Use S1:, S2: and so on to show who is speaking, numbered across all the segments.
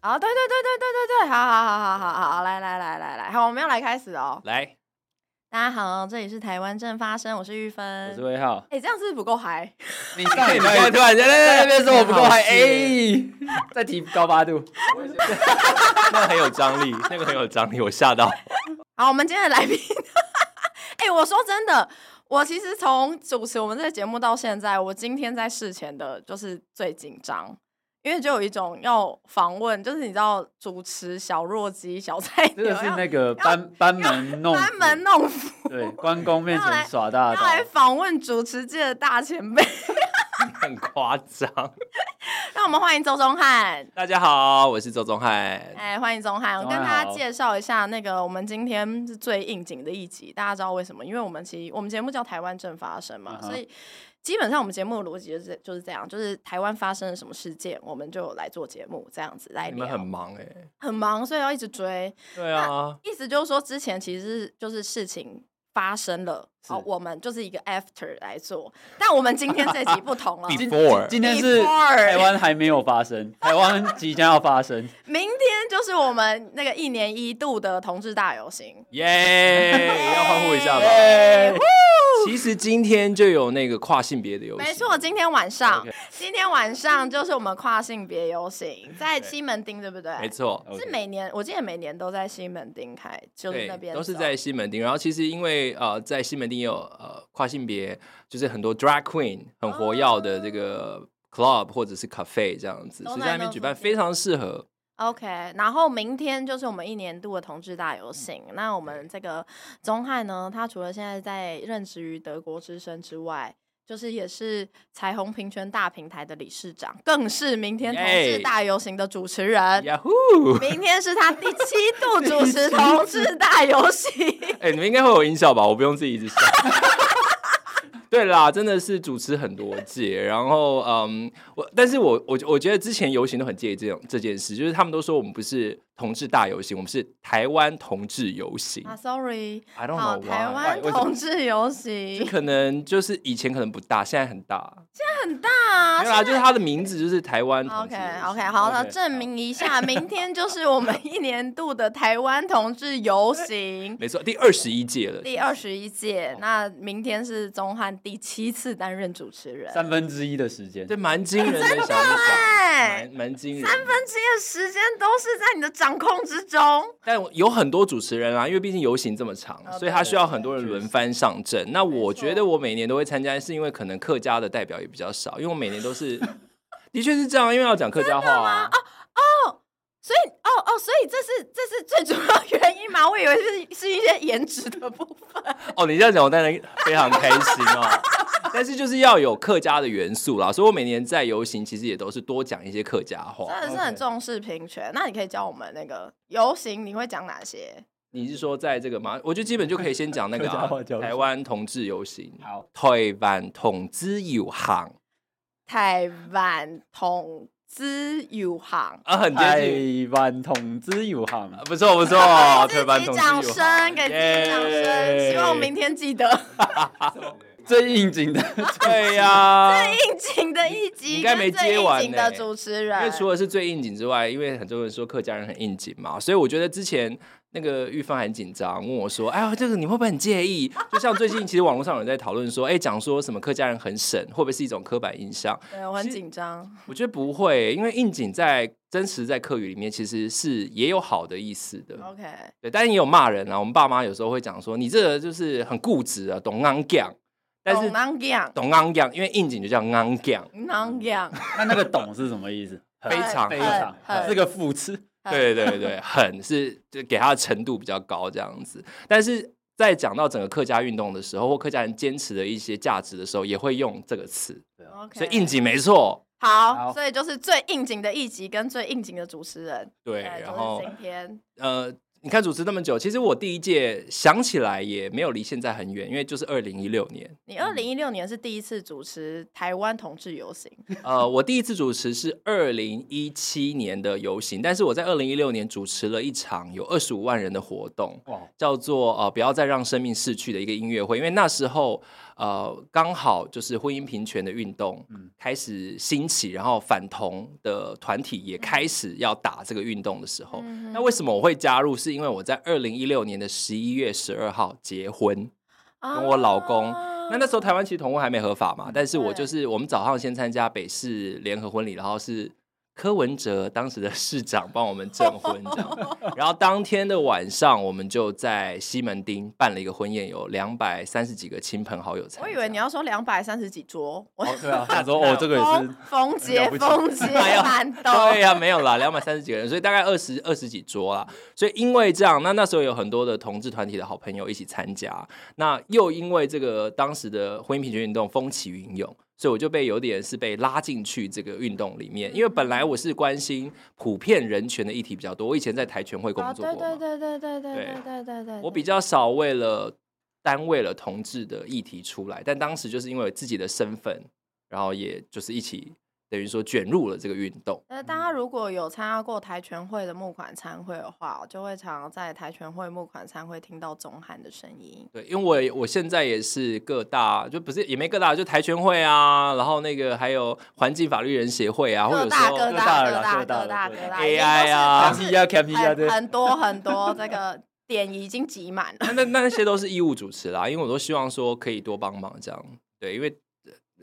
S1: 啊，对对对对对对对，好好好好好好好，来来来来来，好，我们要来开始哦。
S2: 来，
S1: 大家好，这里是台湾正发生，我是玉
S2: 我
S1: 芬
S2: 是。魏浩。
S1: 哎、这样是不是不够嗨？
S2: 你
S3: 哎
S2: 上礼拜 突然间哎在那边说我不够嗨，哎，再提高八度。
S3: 那很有张力，那个很有张力，我吓到。
S1: 好，我们今天的来宾， 哎、我说真的，我其实从主持我们这个节目到现在，我今天在事前的就是最紧张。因为就有一种要访问，就是你知道主持小弱鸡、小菜
S2: 这
S1: 鸟，
S2: 个是
S1: 啊要
S2: 那个班班门弄斧
S1: 班门弄斧，
S2: 对关公面前耍大
S1: 要来
S2: 刀，
S1: 访问主持界的大前辈。
S3: 很夸张。
S1: 让我们欢迎周宗翰。
S3: 大家好，我是周宗翰。
S1: 哎，欢迎宗翰，我
S2: 宗
S1: 跟
S2: 翰
S1: 大家
S2: 好
S1: 介绍一下，那个我们今天是最应景的一集，大家知道为什么？因为我们其实我们节目叫台湾正发生嘛
S2: 嗯哼
S1: 所以基本上我们节目的逻辑就是就是这样，就是台湾发生了什么事件，我们就来做节目，这样子来
S3: 你们
S1: 聊。
S3: 很忙哎、
S1: 很忙，所以要一直追，
S3: 对啊，，
S1: 意思就是说之前其实是就是事情。发生了，
S2: 是
S1: 哦，我们就是一个 after 来做，但我们今天这集不同 了
S2: 今
S3: Before
S2: 今天是
S1: Before
S2: 台湾还没有发生，台湾即将要 发生，
S1: 明天就是我们那个一年一度的同志大游行，
S3: 耶、要欢呼一下吧。
S2: 耶
S3: 其实今天就有那个跨性别的游戏，
S1: 没错，今天晚上
S2: OK
S1: 今天晚上就是我们跨性别游行，在西门町，对不对？
S3: 没，错，
S1: 是
S2: OK
S1: 每年，我记得每年都在西门町开，就是
S3: 对
S1: 那，边
S3: 都是
S1: 走
S3: 在西门町。然后其实因为呃，在西门町也有呃跨性别，就是很多 drag queen 很活跃的这个 club 或者是 cafe 这样子，
S1: 哦都
S3: 所以
S1: 在
S3: 在那
S1: 那
S3: 边举办
S1: 附近
S3: 非常适合。
S1: OK。然后明天就是我们一年度的同志大游行。那我们这个钟汉呢，他除了现在在任职于德国之声之外。就是也是彩虹平权大平台的理事长，更是明天同志
S3: Yay
S1: 大游行的主持 人。
S3: Yahoo！
S1: 明天是他第七度主持同志大游行。
S3: 哎、你们应该会有音效吧？我不用自己一直笑。 对啦，真的是主持很多届，然后嗯，我但是我我我觉得之前游行都很介意这种这件事，就是他们都说我们不是同志大游行，我们是台湾同志游行。
S1: 啊，sorry，
S3: I don't
S1: 好，
S3: know
S1: 台
S3: why，
S1: 湾
S2: 为什么
S1: 同志游
S3: 就
S1: 行
S3: 可能就是以前可能不大，现在很大。
S1: 很大啊
S3: 没有啦，就是它的名字就是台湾同
S1: OK
S3: 志游行。
S1: OK，好，那
S2: OK，
S1: 证明一下，明天就是我们一年度的台湾同志游行
S3: 没错，第二十一届了。
S1: 第二十一届。那明天是钟汉第七次担任主持人，
S2: 三分之一的时间
S3: 这。蛮惊人的，想一想，
S1: 哎
S3: 蛮蛮惊人的。
S1: 三分之一的时间都是在你的掌控之中。
S3: 但有很多主持人啊，因为毕竟游行这么长，
S1: 啊
S3: 所以他需要很多人轮番上阵。那
S1: 没错
S3: 我觉得我每年都会参加，是因为可能客家的代表也比较少，因为我每年都是，的确是这样，因为要讲客家话啊。
S1: 所以，哦哦，所以这是这是最主要原因 嘛？我以为是是一些颜值的部分。
S3: 哦，你这样讲，我当然非常开心哦。 但是就是要有客家的元素啦，所以我每年在游行其实也都是多讲一些客家话
S1: 真。的是很
S2: OK
S1: 重视平权。那你可以教我们那个游行，你会讲哪些？
S3: 你是说在这个吗？我觉得基本就可以先讲那个、
S2: 客家
S3: 啊
S2: 话教、学
S3: 台湾同志游行，
S2: 好，
S3: 台湾同志游行
S1: 台湾统资有行。
S3: 啊，很
S2: 台
S3: 接近。
S2: 湾统之有行，
S1: 呃
S3: 啊不错不 错，
S1: 自
S3: 推班
S1: 己
S3: 同志
S1: 掌
S3: 友好
S1: 声，给自己掌声，
S2: 耶
S1: 希望我明天 记得
S2: 最应景的
S3: 对呀，
S1: 应景的一集
S3: 你应该
S1: 跟
S3: 没
S1: 最
S3: 接
S1: 应
S3: 完
S1: 景的
S3: 呢
S1: 主持
S3: 因
S1: 人
S3: 为。除了是最应景之外，因为很多人说客家人很应景嘛，所以我觉得之前那个玉芳很紧张，问我说：“哎呦，这个你会不会很介意？” 就像最近其实网络上有人在讨论说，哎，讲说什么客家人很省，会不会是一种刻板印象？
S1: 对，我很紧张。
S3: 我觉得不会，因为应景在真实在客语里面其实是也有好的意思的。
S1: OK，
S3: 对，但也有骂人啊。我们爸妈有时候会讲说，你这个就是很固执啊，懂昂讲，但是
S1: 懂囊样，
S3: 懂昂讲，因为应景就叫昂讲。
S1: 囊样，
S2: 那那个懂是什 么意思？
S3: 嗯
S2: 很
S3: 非常
S2: 非
S1: 很
S2: 常
S1: 很
S2: 是个副词。
S3: 对对对，狠是就给他的程度比较高这样子。但是在讲到整个客家运动的时候，或客家人坚持的一些价值的时候，也会用这个词，
S1: OK，
S3: 所以应景没错。
S1: 好，
S2: 好
S1: 所以就是最应景的一集跟最应景的主持人。
S3: 对，
S1: 对，
S3: 然
S1: 就
S3: 后
S1: 是今天
S3: 呃，你看主持那么久，其实我第一届想起来也没有离现在很远，因为就是二零一六年。
S1: 你二零一六年是第一次主持台湾同志游行，
S3: 呃，我第一次主持是二零一七年的游行，但是我在二零一六年主持了一场有二十五万人的活动，
S2: 哇
S3: 叫做呃不要再让生命逝去的一个音乐会，因为那时候呃刚好就是婚姻平权的运动
S2: 嗯
S3: 开始兴起，然后反同的团体也开始要打这个运动的时候，
S1: 嗯
S3: 哦那为什么我会加入？是因为我在二零一六年的十一月十二号结婚。跟我老公
S1: 啊嗯
S3: 那那时候台湾其实同婚还没合法嘛，但是我
S1: 对
S3: 就是我们早上先参加北市联合婚礼，然后是柯文哲当时的市长帮我们证婚这 样，然后当天的晚上我们就在西门町办了一个婚宴，有两百三十几个亲朋好友参加。
S1: 我以为你要说两百三十几桌，我
S2: 哦对啊，想说 哦这个也是
S1: 冯冯杰
S2: 了不起
S1: 冯杰
S3: 哎呀
S1: 馒
S3: 对
S1: 头，
S3: 呀、没有啦，两百三十几个人，所以大概二十二十几桌啦。所以因为这样，那那时候有很多的同志团体的好朋友一起参加，那又因为这个当时的婚姻平权运动风起云涌。所以我就被有点是被拉进去这个运动里面，因为本来我是关心普遍人权的议题比较多，我以前在台全会工
S1: 啊
S3: 作过
S1: 对
S3: 嘛，
S1: 对对对对对
S3: 对
S1: 对对对对，
S3: 我比较少为了单为了同志的议题出来，但当时就是因为自己的身份，然后也就是一起等于说卷入了这个运动。
S1: 呃，大家如果有参加过台拳会的募款参会的话，我就会常常在台拳会募款参会听到钟汉的声音。
S3: 对，因为我也我现在也是各大，就不是也没各大，就台拳会啊，然后那个还有环境法律人协会啊，或
S1: 各
S3: 者
S1: 大
S3: 说
S1: 各
S2: 大
S1: 大
S2: 了啦
S1: 各
S2: 各大
S1: 大
S2: 了
S1: 大
S2: 各
S1: 各
S2: 大
S1: 大
S3: 了
S1: 已经
S3: AI 啊
S1: 都是
S2: 看一下看一
S1: 很
S2: 下对
S1: 很很 多很多这个点已经挤满了。
S3: 那那那些都是义务主持啦，因为我都希望说可以多帮忙这样。对，因为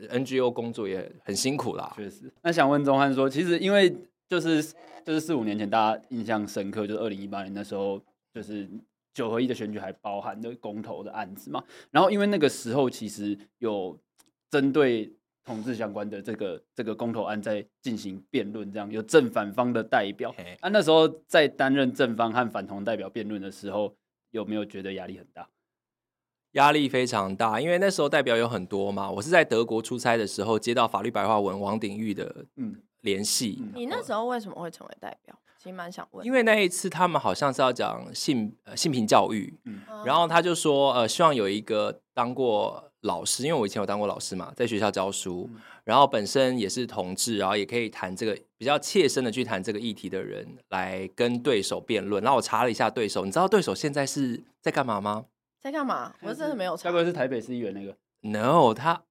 S3: 呃 NGO 工作也很辛苦啦。
S2: 确实。那想问钟汉说，其实因为就是就是四五年前大家印象深刻，就是二零一八年那时候就是九合一的选举还包含着公投的案子嘛，然后因为那个时候其实有针对。同志相关的这个这个公投案在进行辩论，这样有正反方的代表
S3: 嘿。
S2: 啊，那时候在担任正方和反同代表辩论的时候，有没有觉得压力很大？
S3: 压力非常大，因为那时候代表有很多嘛。我是在德国出差的时候接到法律白话文王鼎玉的
S2: 嗯，
S3: 联系，
S2: 嗯
S1: 你那时候为什么会成为代表？其实蛮想问。
S3: 哦因
S1: 为
S3: 为那一次他们好像是要讲性呃性平教育，
S2: 嗯
S1: 嗯
S3: 然后他就说，呃，希望有一个当过老师，因为我以前有当过老师嘛，在学校教书，
S2: 嗯
S3: 然后本身也是同志，然后也可以谈这个比较切身的去谈这个议题的人，来跟对手辩论。然后我查了一下对手，你知道对手现在是在干嘛吗
S1: 在干嘛？我真的没有查
S2: 该不。会是台北市议员那个？
S3: ？No，他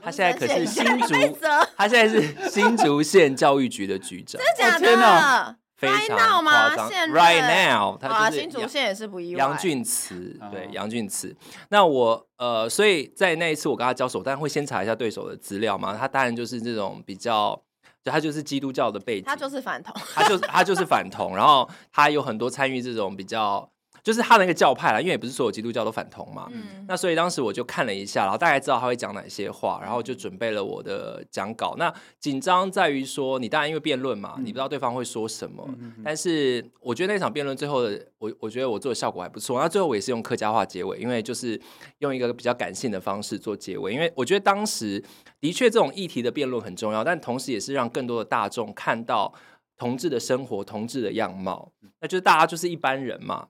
S3: 他现在可是新
S1: 我是
S3: 竹
S1: 在，选择
S3: 他现在是新竹县教育局的局长，
S1: 真的
S2: 天
S1: 假
S2: 哪
S1: 的？
S3: 非
S1: Right
S3: 常
S1: now 吗
S3: 夸张。
S1: 现任
S3: Right now，
S1: 好
S3: 他
S1: 啊，
S3: 就是
S1: 新竹
S3: 杨
S1: 县也是不意外。
S3: 杨俊慈，对
S2: 哦
S3: 杨俊慈。那我呃，所以在那一次我跟他交手，但会先查一下对手的资料嘛。他当然就是这种比较，就他就是基督教的背景，
S1: 他就是反同。
S3: 他就是他就是反同，然后他有很多参与这种比较，就是他那个教派啦，因为也不是所有基督教都反同 嘛。
S1: 嗯，
S3: 那所以当时我就看了一下，然后大概知道他会讲哪些话，然后就准备了我的讲稿。那紧张在于说，你当然因为辩论嘛，
S2: 嗯
S3: 你不知道对方会说什么，
S2: 嗯嗯嗯
S3: 但是我觉得那场辩论最后的，我我觉得我做的效果还不错。那最后我也是用客家话结尾，因为就是用一个比较感性的方式做结尾，因为我觉得当时的确这种议题的辩论很重要，但同时也是让更多的大众看到同志的生活、同志的样貌，那就是大家就是一般人嘛。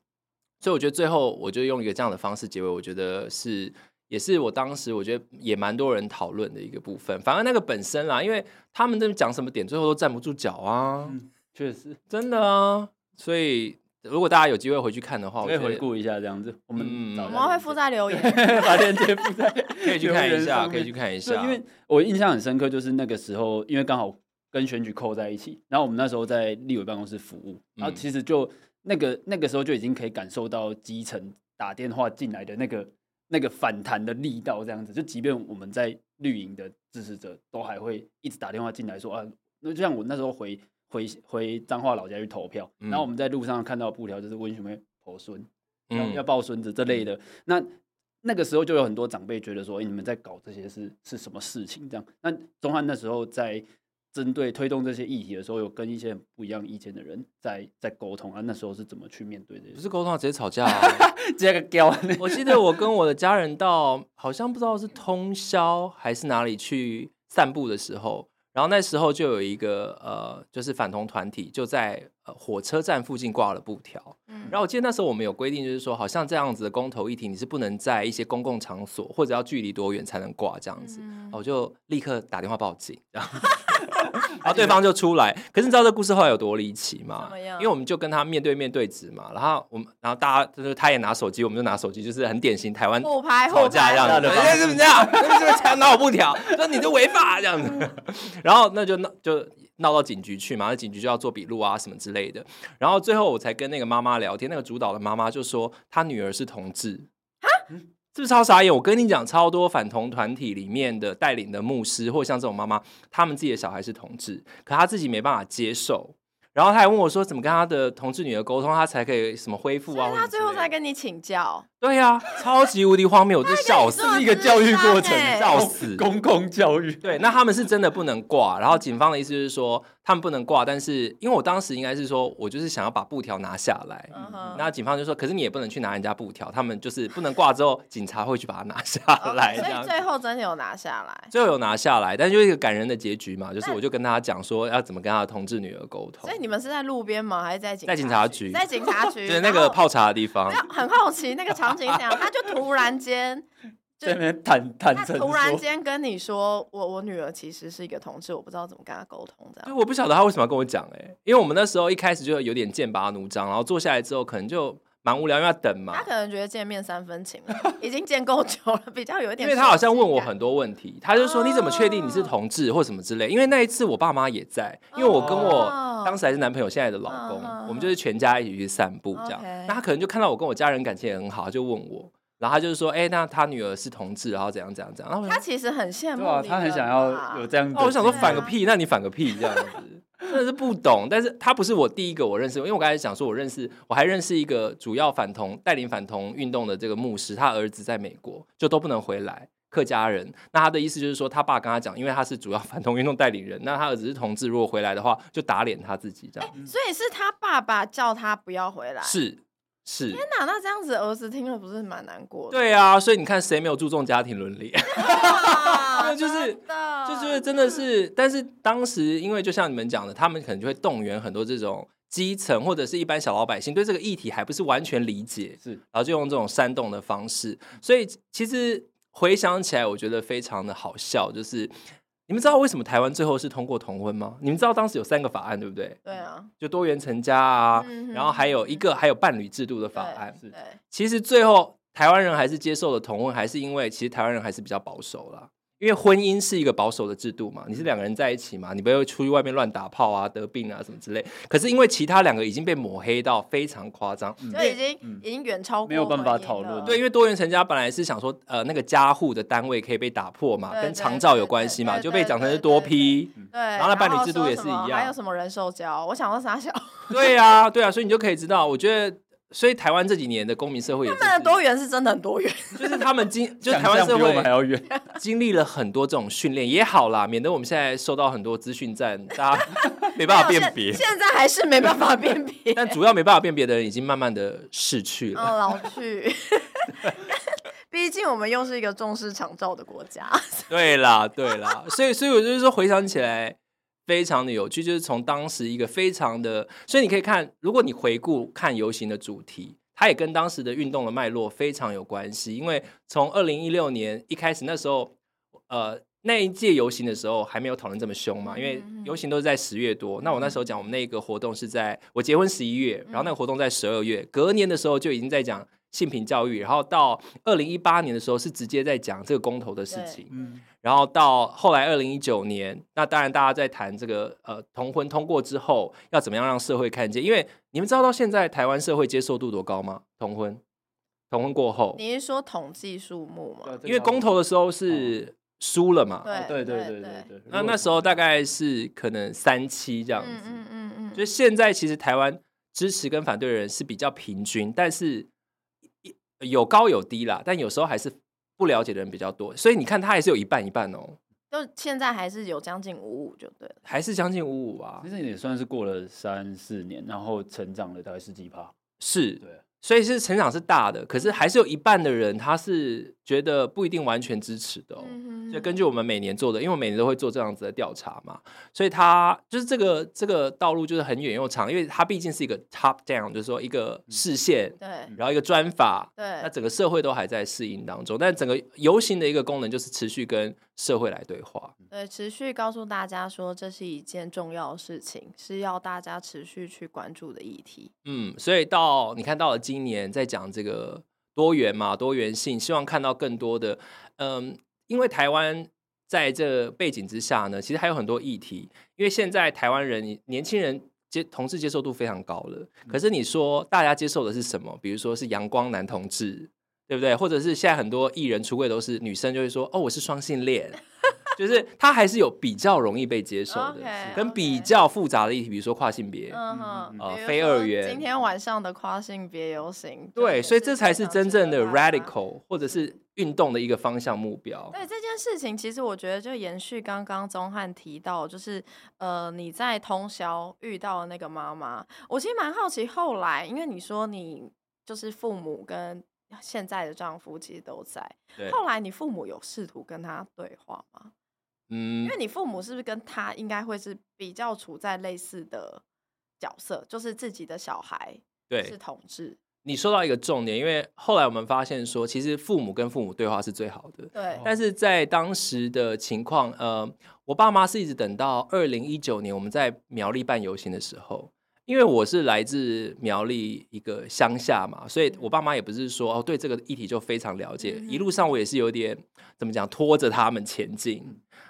S3: 所以我觉得最后我就用一个这样的方式结尾，我觉得是。也是我当时我觉得也蛮多人讨论的一个部分，反而那个本身啦，因为他们在讲什么点，最后都站不住脚啊。
S2: 嗯确实，
S3: 真的啊，所以如果大家有机会回去看的话，我
S2: 可以
S3: 觉
S2: 回
S3: 得
S2: 顾一下这样子。我
S3: 嗯
S2: 们找
S1: 我
S2: 一下
S1: 们会附在留言。
S2: 把链接附在， 可
S3: 可以去看一下，可以去看一
S2: 是
S3: 下，
S2: 因为我印象很深刻，就是那个时候，因为刚好跟选举扣在一起，然后我们那时候在立委办公室服务，然后其实就那个那个时候就已经可以感受到基层打电话进来的那个那个反弹的力道，这样子。就即便我们在绿营的支持者，都还会一直打电话进来说啊，那就像我那时候回回回彰化老家去投票，
S3: 嗯
S2: 然后我们在路上看到布条，就是温询会投孙。要要
S3: 嗯，
S2: 抱孙子这类的。那那个时候就有很多长辈觉得说，哎、你们在搞这些是是什么事情？这样。那钟汉那时候在针对推动这些议题的时候，有跟一些很不一样意见的人在在沟通啊。那时候是怎么去面对这
S3: 不
S2: 些？
S3: 是沟通啊，直接吵架、啊。
S2: 接个胶，
S3: 我记得我跟我的家人到好像不知道是通宵还是哪里去散步的时候，然后那时候就有一个呃，就是反同团体就在、呃、火车站附近挂了布条。
S1: 嗯
S3: 然后我记得那时候我们有规定，就是说好像这样子的公投议题，你是不能在一些公共场所或者要距离多远才能挂这样子。哦
S1: 嗯
S3: 我就立刻打电话报警，然后然后对方就出来。可是你知道这故事后来有多离奇吗
S1: 怎么？样
S3: 因为我们就跟他面对面对质嘛，然后我们，然后大家就是他也拿手机，我们就拿手机，就是很典型台湾
S1: 互拍
S3: 吵
S1: 互
S3: 架
S1: 拍
S3: 这样
S2: 的
S3: 子，哎怎么这样？你这个墙拿我布条， 说你这违法这样子， 然后那就闹就闹到警局去嘛，那警局就要做笔录啊什么之类的。然后最后我才跟那个妈妈聊天，那个主导的妈妈就说她女儿是同志。是不是超傻眼？我跟你讲，超多反同团体里面的带领的牧师，或像这种妈妈，他们自己的小孩是同志，可他自己没办法接受。然后他还问我说，怎么跟他的同志女儿沟通，他才可以什么恢复啊？
S1: 那他最后
S3: 或者之类
S1: 再
S3: 的
S1: 跟你请教，
S3: 对呀、超级无敌荒谬，我就笑死
S1: 做。
S2: 是一个教育过程
S1: 智商欸，
S3: 笑死
S2: 公共教育。
S3: 对，那他们是真的不能挂。然后警方的意思就是说，他们不能挂，但是因为我当时应该是说，我就是想要把布条拿下来。
S1: 嗯哼，
S3: 那警方就说，可是你也不能去拿人家布条，他们就是不能挂之后，警察会去把它拿下
S1: 哦
S3: 来。
S1: 所
S3: 这样
S1: 以
S3: 子
S1: 最后真的有拿下来。
S3: 最后有拿下来，但就是一个感人的结局嘛，就是
S1: 那
S3: 我就跟他讲说要怎么跟他的同志女儿沟通
S1: 所以，你们是在路边吗？还是在警
S3: 在警察局
S1: 在警察局，
S3: 就是那个
S1: 然后。
S3: 泡茶的地方
S1: 没。有很好奇那个场景怎样，他就突然间，
S2: 在那边坦坦
S1: 他
S2: 诚
S1: 突然
S2: 说，
S1: 间跟你说，我我女儿其实是一个同志，我不知道怎么跟她沟通这
S3: 对，
S1: 样。
S3: 我不晓得他为什么要跟我讲哎、欸因为我们那时候一开始就有点剑拔弩张，然后坐下来之后可能就蛮无聊，因为要等嘛
S1: 他。可能觉得见面三分情了， 已经见够久了，比较有一
S3: 因
S1: 点熟悉感。
S3: 为他好像问我很多问题，他就
S1: 哦
S3: 说你怎么确定你是同志或什么之类。因为那一次我爸妈也在，因为我跟我
S1: 哦
S3: 当时还是男朋友，现在的老公
S1: 嗯嗯嗯，
S3: 我们就是全家一起去散步这
S1: 哦
S3: 样
S1: OK。
S3: 那他可能就看到我跟我家人感情也很好，他就问我，然后他就是说，哎，那他女儿是同志，然后怎样怎样怎样。然后我
S1: 他
S3: 想
S1: 其实很羡慕
S2: 嗯对啊，
S1: 你
S2: 他很
S1: 的
S2: 想
S1: 吧
S2: 要有这样的。
S3: 哦，我想说
S1: 对啊
S3: 反个屁，那你反个屁这样子。真的是不懂，但是他不是我第一个我认识，因为我刚才讲说，我认识，我还认识一个主要反同带领反同运动的这个牧师，他儿子在美国就都不能回来，客家人。那他的意思就是说，他爸跟他讲，因为他是主要反同运动带领人，那他儿子是同志，如果回来的话，就打脸他自己这样。
S1: 所以是他爸爸叫他不要回来。
S3: 是是，
S1: 天哪，那这样子儿子听了不是蛮难过的？
S3: 对啊，所以你看谁没有注重家庭伦理？
S1: 对
S3: 啊就是就觉得真的是，但是当时因为就像你们讲的，他们可能就会动员很多这种基层或者是一般小老百姓对这个议题还不是完全理解，
S2: 是
S3: 然后就用这种煽动的方式，所以其实回想起来，我觉得非常的好笑，就是。你们知道为什么台湾最后是通过同婚吗？你们知道当时有三个法案，对不对？
S1: 对啊，
S3: 就多元成家啊，
S1: 嗯哼
S3: 然后还有一个还有伴侣制度的法案。
S1: 对对
S2: 嗯
S3: 其实最后台湾人还是接受了同婚，还是因为其实台湾人还是比较保守啦。因为婚姻是一个保守的制度嘛，你是两个人在一起嘛，你不会出去外面乱打炮啊、得病啊什么之类。可是因为其他两个已经被抹黑到非常夸张，
S1: 就已经、
S2: 嗯
S1: 已经远超过
S2: 没有办法
S1: 婚姻
S2: 讨论
S1: 了
S3: 对，因为多元成家本来是想说，呃，那个家户的单位可以被打破嘛，
S1: 对
S3: 跟
S1: 对
S3: 长照
S1: 对
S3: 有关系嘛，
S1: 对
S3: 就被讲成是
S1: 对对
S3: 多
S1: 对
S3: 批。
S2: 嗯
S1: 对，
S3: 然后那伴侣制度
S1: 说
S3: 也
S1: 什
S3: 是一
S1: 么
S3: 样
S1: 还有什么人受教？我想到傻小，
S3: 对呀、啊，对啊，所以你就可以知道，我觉得，所以台湾这几年的公民社会也、就
S1: 他们的多
S3: 是，
S1: 元是真的很多元，
S3: 就是他们 经，就
S2: 想
S3: 台湾
S2: 象
S3: 社
S2: 比我
S3: 会
S2: 们还要远。
S3: 经历了很多这种训练也好啦，免得我们现在受到很多资讯战，大家 没办法辨别，
S1: 现。现在还是没办法辨别
S3: 但主要没办法辨别的人已经慢慢的逝去
S1: 嗯，
S3: 了。
S1: 老去。 毕竟我们又是一个重视长照的国家，
S3: 对啦，对啦，所以所以我就是说，回想起来非常的有趣，就是从当时一个非常的，所以你可以看，如果你回顾看游行的主题。它也跟当时的运动的脉络非常有关系，因为从二零一六年一开始，那时候，呃，那一届游行的时候还没有讨论这么凶嘛，因为
S1: 嗯嗯嗯嗯
S3: 游行都是在十月多。那我那时候讲，我们那个活动是在我结婚十一月，然后那个活动在十二月，隔年的时候就已经在讲性平教育，然后到二零一八年的时候是直接在讲这个公投的事
S1: 对
S3: 情。
S2: 嗯，
S3: 然后到后来二零一九年，那当然大家在谈这个呃同婚通过之后，要怎么样让社会看见？因为你们知道到现在台湾社会接受度多高吗？同婚，同婚过后，
S1: 你是说统计数目吗？
S2: 对啊
S3: 因为公投的时候是输了嘛，
S1: 对
S2: 哦对对
S1: 对
S2: 对
S1: 嗯对
S2: 对对。
S3: 那那时候大概是可能三七这样
S1: 嗯
S3: 子，
S1: 嗯嗯嗯，
S3: 所以现在其实台湾支持跟反对的人是比较平均，但是一呃有高有低啦，但有时候还是不了解的人比较多，所以你看它还是有一半一半哦，
S1: 就现在还是有将近五五就对了。
S3: 还是将近五五啊
S2: 其。实也算是过了三四年，然后成长了大概十几趴。
S3: 是，
S2: 对，
S3: 所以是成长是大的，可是还是有一半的人他是觉得不一定完全支持的、哦。
S1: 嗯哼
S3: 就根据我们每年做的，因为我每年都会做这样子的调查嘛，所以它就是这个这个道路就是很远又长，因为它毕竟是一个 top down，就是说一个视线，
S1: 对
S3: 然后一个专法，那
S1: 对
S3: 整个社会都还在适应当中。但整个游行的一个功能就是持续跟社会来对话。
S1: 对，持续告诉大家说这是一件重要的事情，是要大家持续去关注的议题。
S3: 嗯，所以到你看到了今年在讲这个多元嘛，多元性，希望看到更多的，嗯，因为台湾在这背景之下呢，其实还有很多议题，因为现在台湾人年轻人。接同志接受度非常高了，
S1: 嗯
S3: 可是你说大家接受的是什么？比如说是阳光男同志，对不对？或者是现在很多艺人出柜都是女生，就会说哦我是双性恋，就是他还是有比较容易被接受的
S1: OK，
S3: 跟比
S1: OK
S3: 较复杂的议题，比如说跨性别，
S1: 嗯
S2: 嗯
S1: 哼，
S3: 呃
S1: 比如
S3: 非
S1: 说
S3: 二元
S1: 今天晚上的跨性别游行，
S3: 对，
S1: 也
S3: 所以这才
S1: 非
S3: 是
S1: 常
S3: 真
S1: 值
S3: 正
S1: 得
S3: 的
S1: 大家
S3: radical 或者是运动的一个方向目标。
S1: 对这件事情，其实我觉得就延续刚刚钟汉提到，就是呃，你在通宵遇到的那个妈妈，我其实蛮好奇后来，因为你说你就是父母跟现在的丈夫其实都在，
S3: 对
S1: 后来你父母有试图跟他对话吗？
S3: 嗯
S1: 因为，你父母是不是跟他应该会是比较处在类似的角色，就是自己的小孩是
S3: 对，
S1: 同志，
S3: 你说到一个重点，因为后来我们发现说，其实父母跟父母对话是最好的。
S1: 对
S2: 哦
S3: 但是在当时的情况，呃，我爸妈是一直等到二零一九年我们在苗栗办游行的时候，因为我是来自苗栗一个乡下嘛，所以我爸妈也不是说哦对这个议题就非常了解，
S1: 嗯哼
S3: 一路上我也是有点怎么讲拖着他们前进。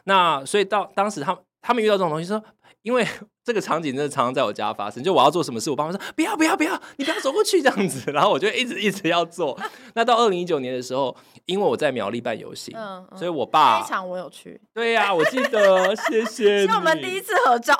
S3: 那所以到当时他们他们遇到这种东西说，因为这个场景真的常常在我家发生，就我要做什么事，我爸妈说不要不要不要，你不要走过去这样子， 然后我就一直一直要做。那到二零一九年的时候，因为我在苗栗办游行，
S1: 嗯，嗯
S3: 所以我
S1: 那
S3: 爸
S1: 一场我有去，
S3: 对呀、我记得， 谢谢你。
S1: 是我们第一次合照。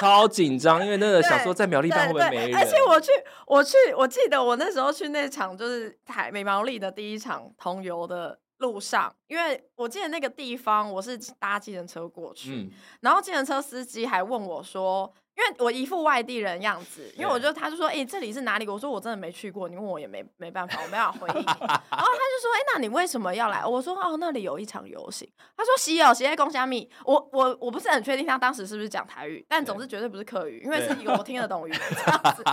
S3: 超紧张，因为那个想
S1: 对
S3: 说在苗栗办会不会没人？
S1: 而且我去，我去，我记得我那时候去那场就是台美毛利的第一场同游的路上，因为我记得那个地方我是搭计程车过去，
S3: 嗯，
S1: 然后计程车司机还问我说。因为我一副外地人样子，因为我就他就说，哎、这里是哪里？我说我真的没去过，你问我也没没办法，我没办法回应你。 然后他就说，哎、那你为什么要来？我说，哦，那里有一场游行。他说，西友西在公虾米。我我我不是很确定他当时是不是讲台语，但总之绝对不是客语，因为是一个我听得懂语言这样子。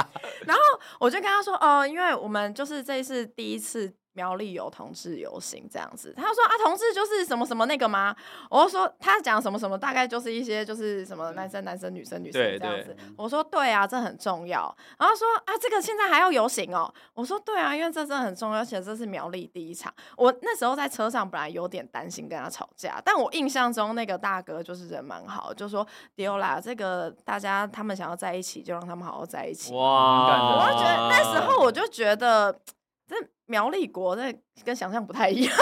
S1: 然后我就跟他说，哦、因为我们就是这一次第一次。苗栗有同志游行这样子，他就说啊，同志就是什么什么那个吗？我就说他讲什么什么，大概就是一些就是什么男生男生女生女生
S3: 对
S1: 这样
S3: 对
S1: 子。我说对啊，这很重要。然后说啊，这个现在还要游行哦。我说对啊，因为这真的很重要，而且这是苗栗第一场。我那时候在车上本来有点担心跟他吵架，但我印象中那个大哥就是人蛮好，就说丢啦，这个大家他们想要在一起就让他们好好在一起。
S2: 蛮感
S3: 哇！
S1: 我就
S2: 人的
S1: 觉得那时
S3: 哦
S1: 候我就觉得这苗栗国那跟想象不太一样，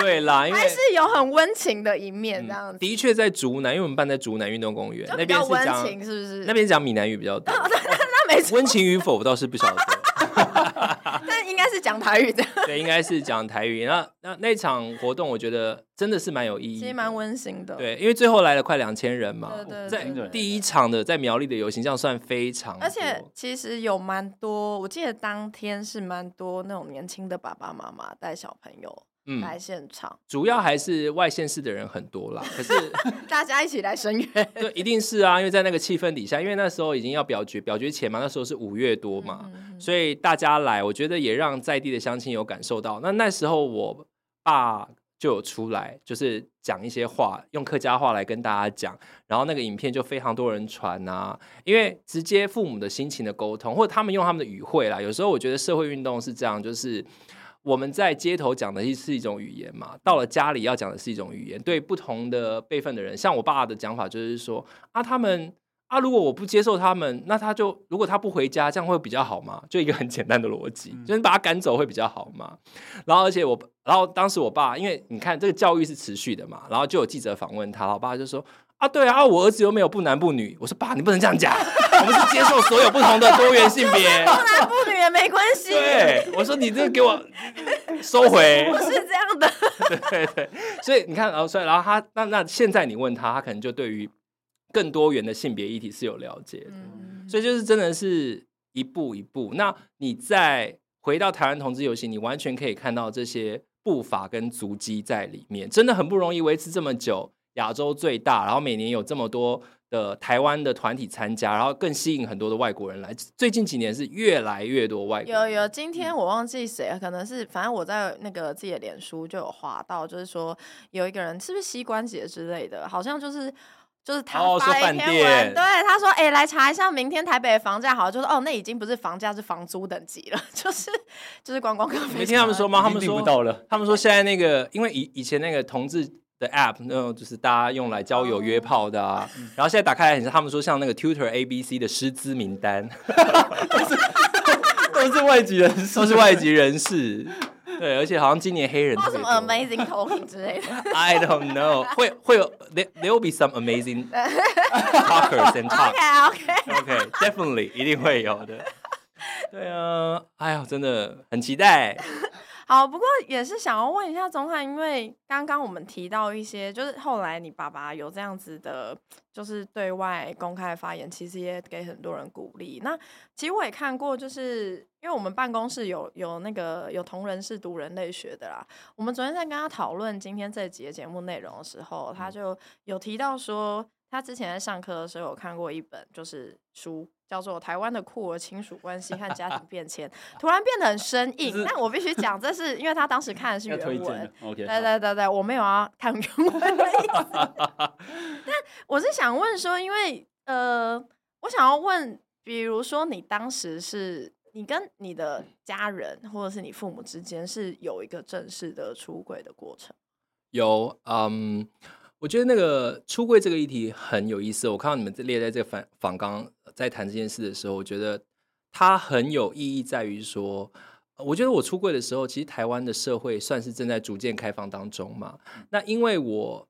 S3: 对啦，因为
S1: 还是有很温情的一面
S3: 嗯
S1: 这样子，
S3: 的确在竹南，因为我们办在竹南运动公园
S1: 就
S3: 那
S1: 比
S3: 边
S1: 较
S3: 是
S1: 温
S3: 讲
S1: 情，哦是不是？
S3: 那边讲闽南语比较多，
S1: 那没错，
S3: 温情与否我倒是不晓得。
S1: 但应该是讲台语的，
S3: 对，应该是讲台语。那那那场活动，我觉得真的是蛮有意义
S1: 其
S3: 的，
S1: 实蛮温馨的。，
S3: 对，因为最后来了快两千人嘛，
S1: 对对
S3: 在
S1: 对
S2: 对
S3: 第一场的在苗栗的游行，这样算非常多，
S1: 而且其实有蛮多，我记得当天是蛮多那种年轻的爸爸妈妈带小朋友
S3: 嗯，
S1: 来现场，
S3: 主要还是外县市的人很多啦，可是
S1: 大家一起来声 援。
S3: 对，一定是啊，因为在那个气氛底下，因为那时候已经要表决，表决前嘛，那时候是五月多嘛，
S1: 嗯
S3: 所以大家来，我觉得也让在地的乡亲有感受到。那那时候我爸就有出来，就是讲一些话，用客家话来跟大家讲，然后那个影片就非常多人传啊，因为直接父母的心情的沟通，或者他们用他们的语汇啦。有时候我觉得社会运动是这样，就是。我们在街头讲的是一种语言嘛，到了家里要讲的是一种语言。对不同的辈分的人，像我爸的讲法就是说啊，他们啊，如果我不接受他们，那他就如果他不回家，这样会比较好吗？就一个很简单的逻辑，
S2: 嗯
S3: 就是你把他赶走会比较好吗？然后而且我，然后当时我爸，因为你看这个教育是持续的嘛，然后就有记者访问他，我爸就说。啊，对啊，啊我儿子又没有不男不女。我说爸，你不能这样讲， 我们是接受所有不同的多元性别。
S1: 男不女也没关系，
S3: 对，我说你这个给我收回。
S1: 不是这样的。
S3: 对对，所以你看，然后所以然后他那那现在你问他，他可能就对于更多元的性别议题是有了解的，
S1: 嗯
S3: 所以就是真的是一步一步。那你再回到台湾同志游行，你完全可以看到这些步伐跟足迹在里面，真的很不容易维持这么久。亚洲最大，然后每年有这么多的台湾的团体参加，然后更吸引很多的外国人来。最近几年是越来越多外国人
S1: 有有，今天我忘记谁了，可能是反正我在那个自己的脸书就有划到，就是说有一个人是不是膝关节之类的，好像就是。就是他
S3: 哦说
S1: 发了
S3: 饭
S1: 一篇文，
S3: 店
S1: 对他说：“哎、来查一下明天台北的房价。”好像，就说：“哦，那已经不是房价，是房租等级了，就是就是观光客。”
S3: 没听他们说吗？他们
S2: 已经
S3: 说
S2: 订不到了，
S3: 他们说现在那个，因为以以前那个同志的 app，那种就是大家用来交友约炮的啊，然后现在打开来很像，他们说像那个 Tutor ABC 的师资名单，
S2: 都是外籍人士，
S3: 都是外籍人士。对，而且好像今年黑人
S1: 不知道
S3: 特
S1: 什么
S3: 别多。
S1: amazing talking 之 类的，
S3: I don't know，会会有 there there will be some amazing talkers and talk。
S1: OK OK，
S3: OK，definitely、一定会有的。对啊，哎呦，真的很期待。
S1: 好，不过也是想要问一下钟汉，因为刚刚我们提到一些，就是后来你爸爸有这样子的，就是对外公开的发言，其实也给很多人鼓励。那其实我也看过，就是因为我们办公室有有那个有同人是读人类学的啦，我们昨天在跟他讨论今天这集的节目内容的时候，
S2: 嗯
S1: 他就有提到说，他之前在上课的时候有看过一本就是书。叫做《台湾的酷儿亲属关系和家庭变迁》，突然变得很生硬。但我必须讲，这是因为他当时看的是
S2: 要
S1: 原
S2: 推荐
S1: 文
S2: 的，。OK，
S1: 对
S2: 好
S1: 对对对，我没有要看原 文的意思。但我是想问说，因为呃，我想要问，比如说你当时是你跟你的家人或者是你父母之间是有一个正式的出轨的过程，
S3: 有，嗯，我觉得那个出柜这个议题很有意思。我看到你们列在这个反反纲在谈这件事的时候，我觉得它很有意义，在于说，呃我觉得我出柜的时候，其实台湾的社会算是正在逐渐开放当中嘛。那因为我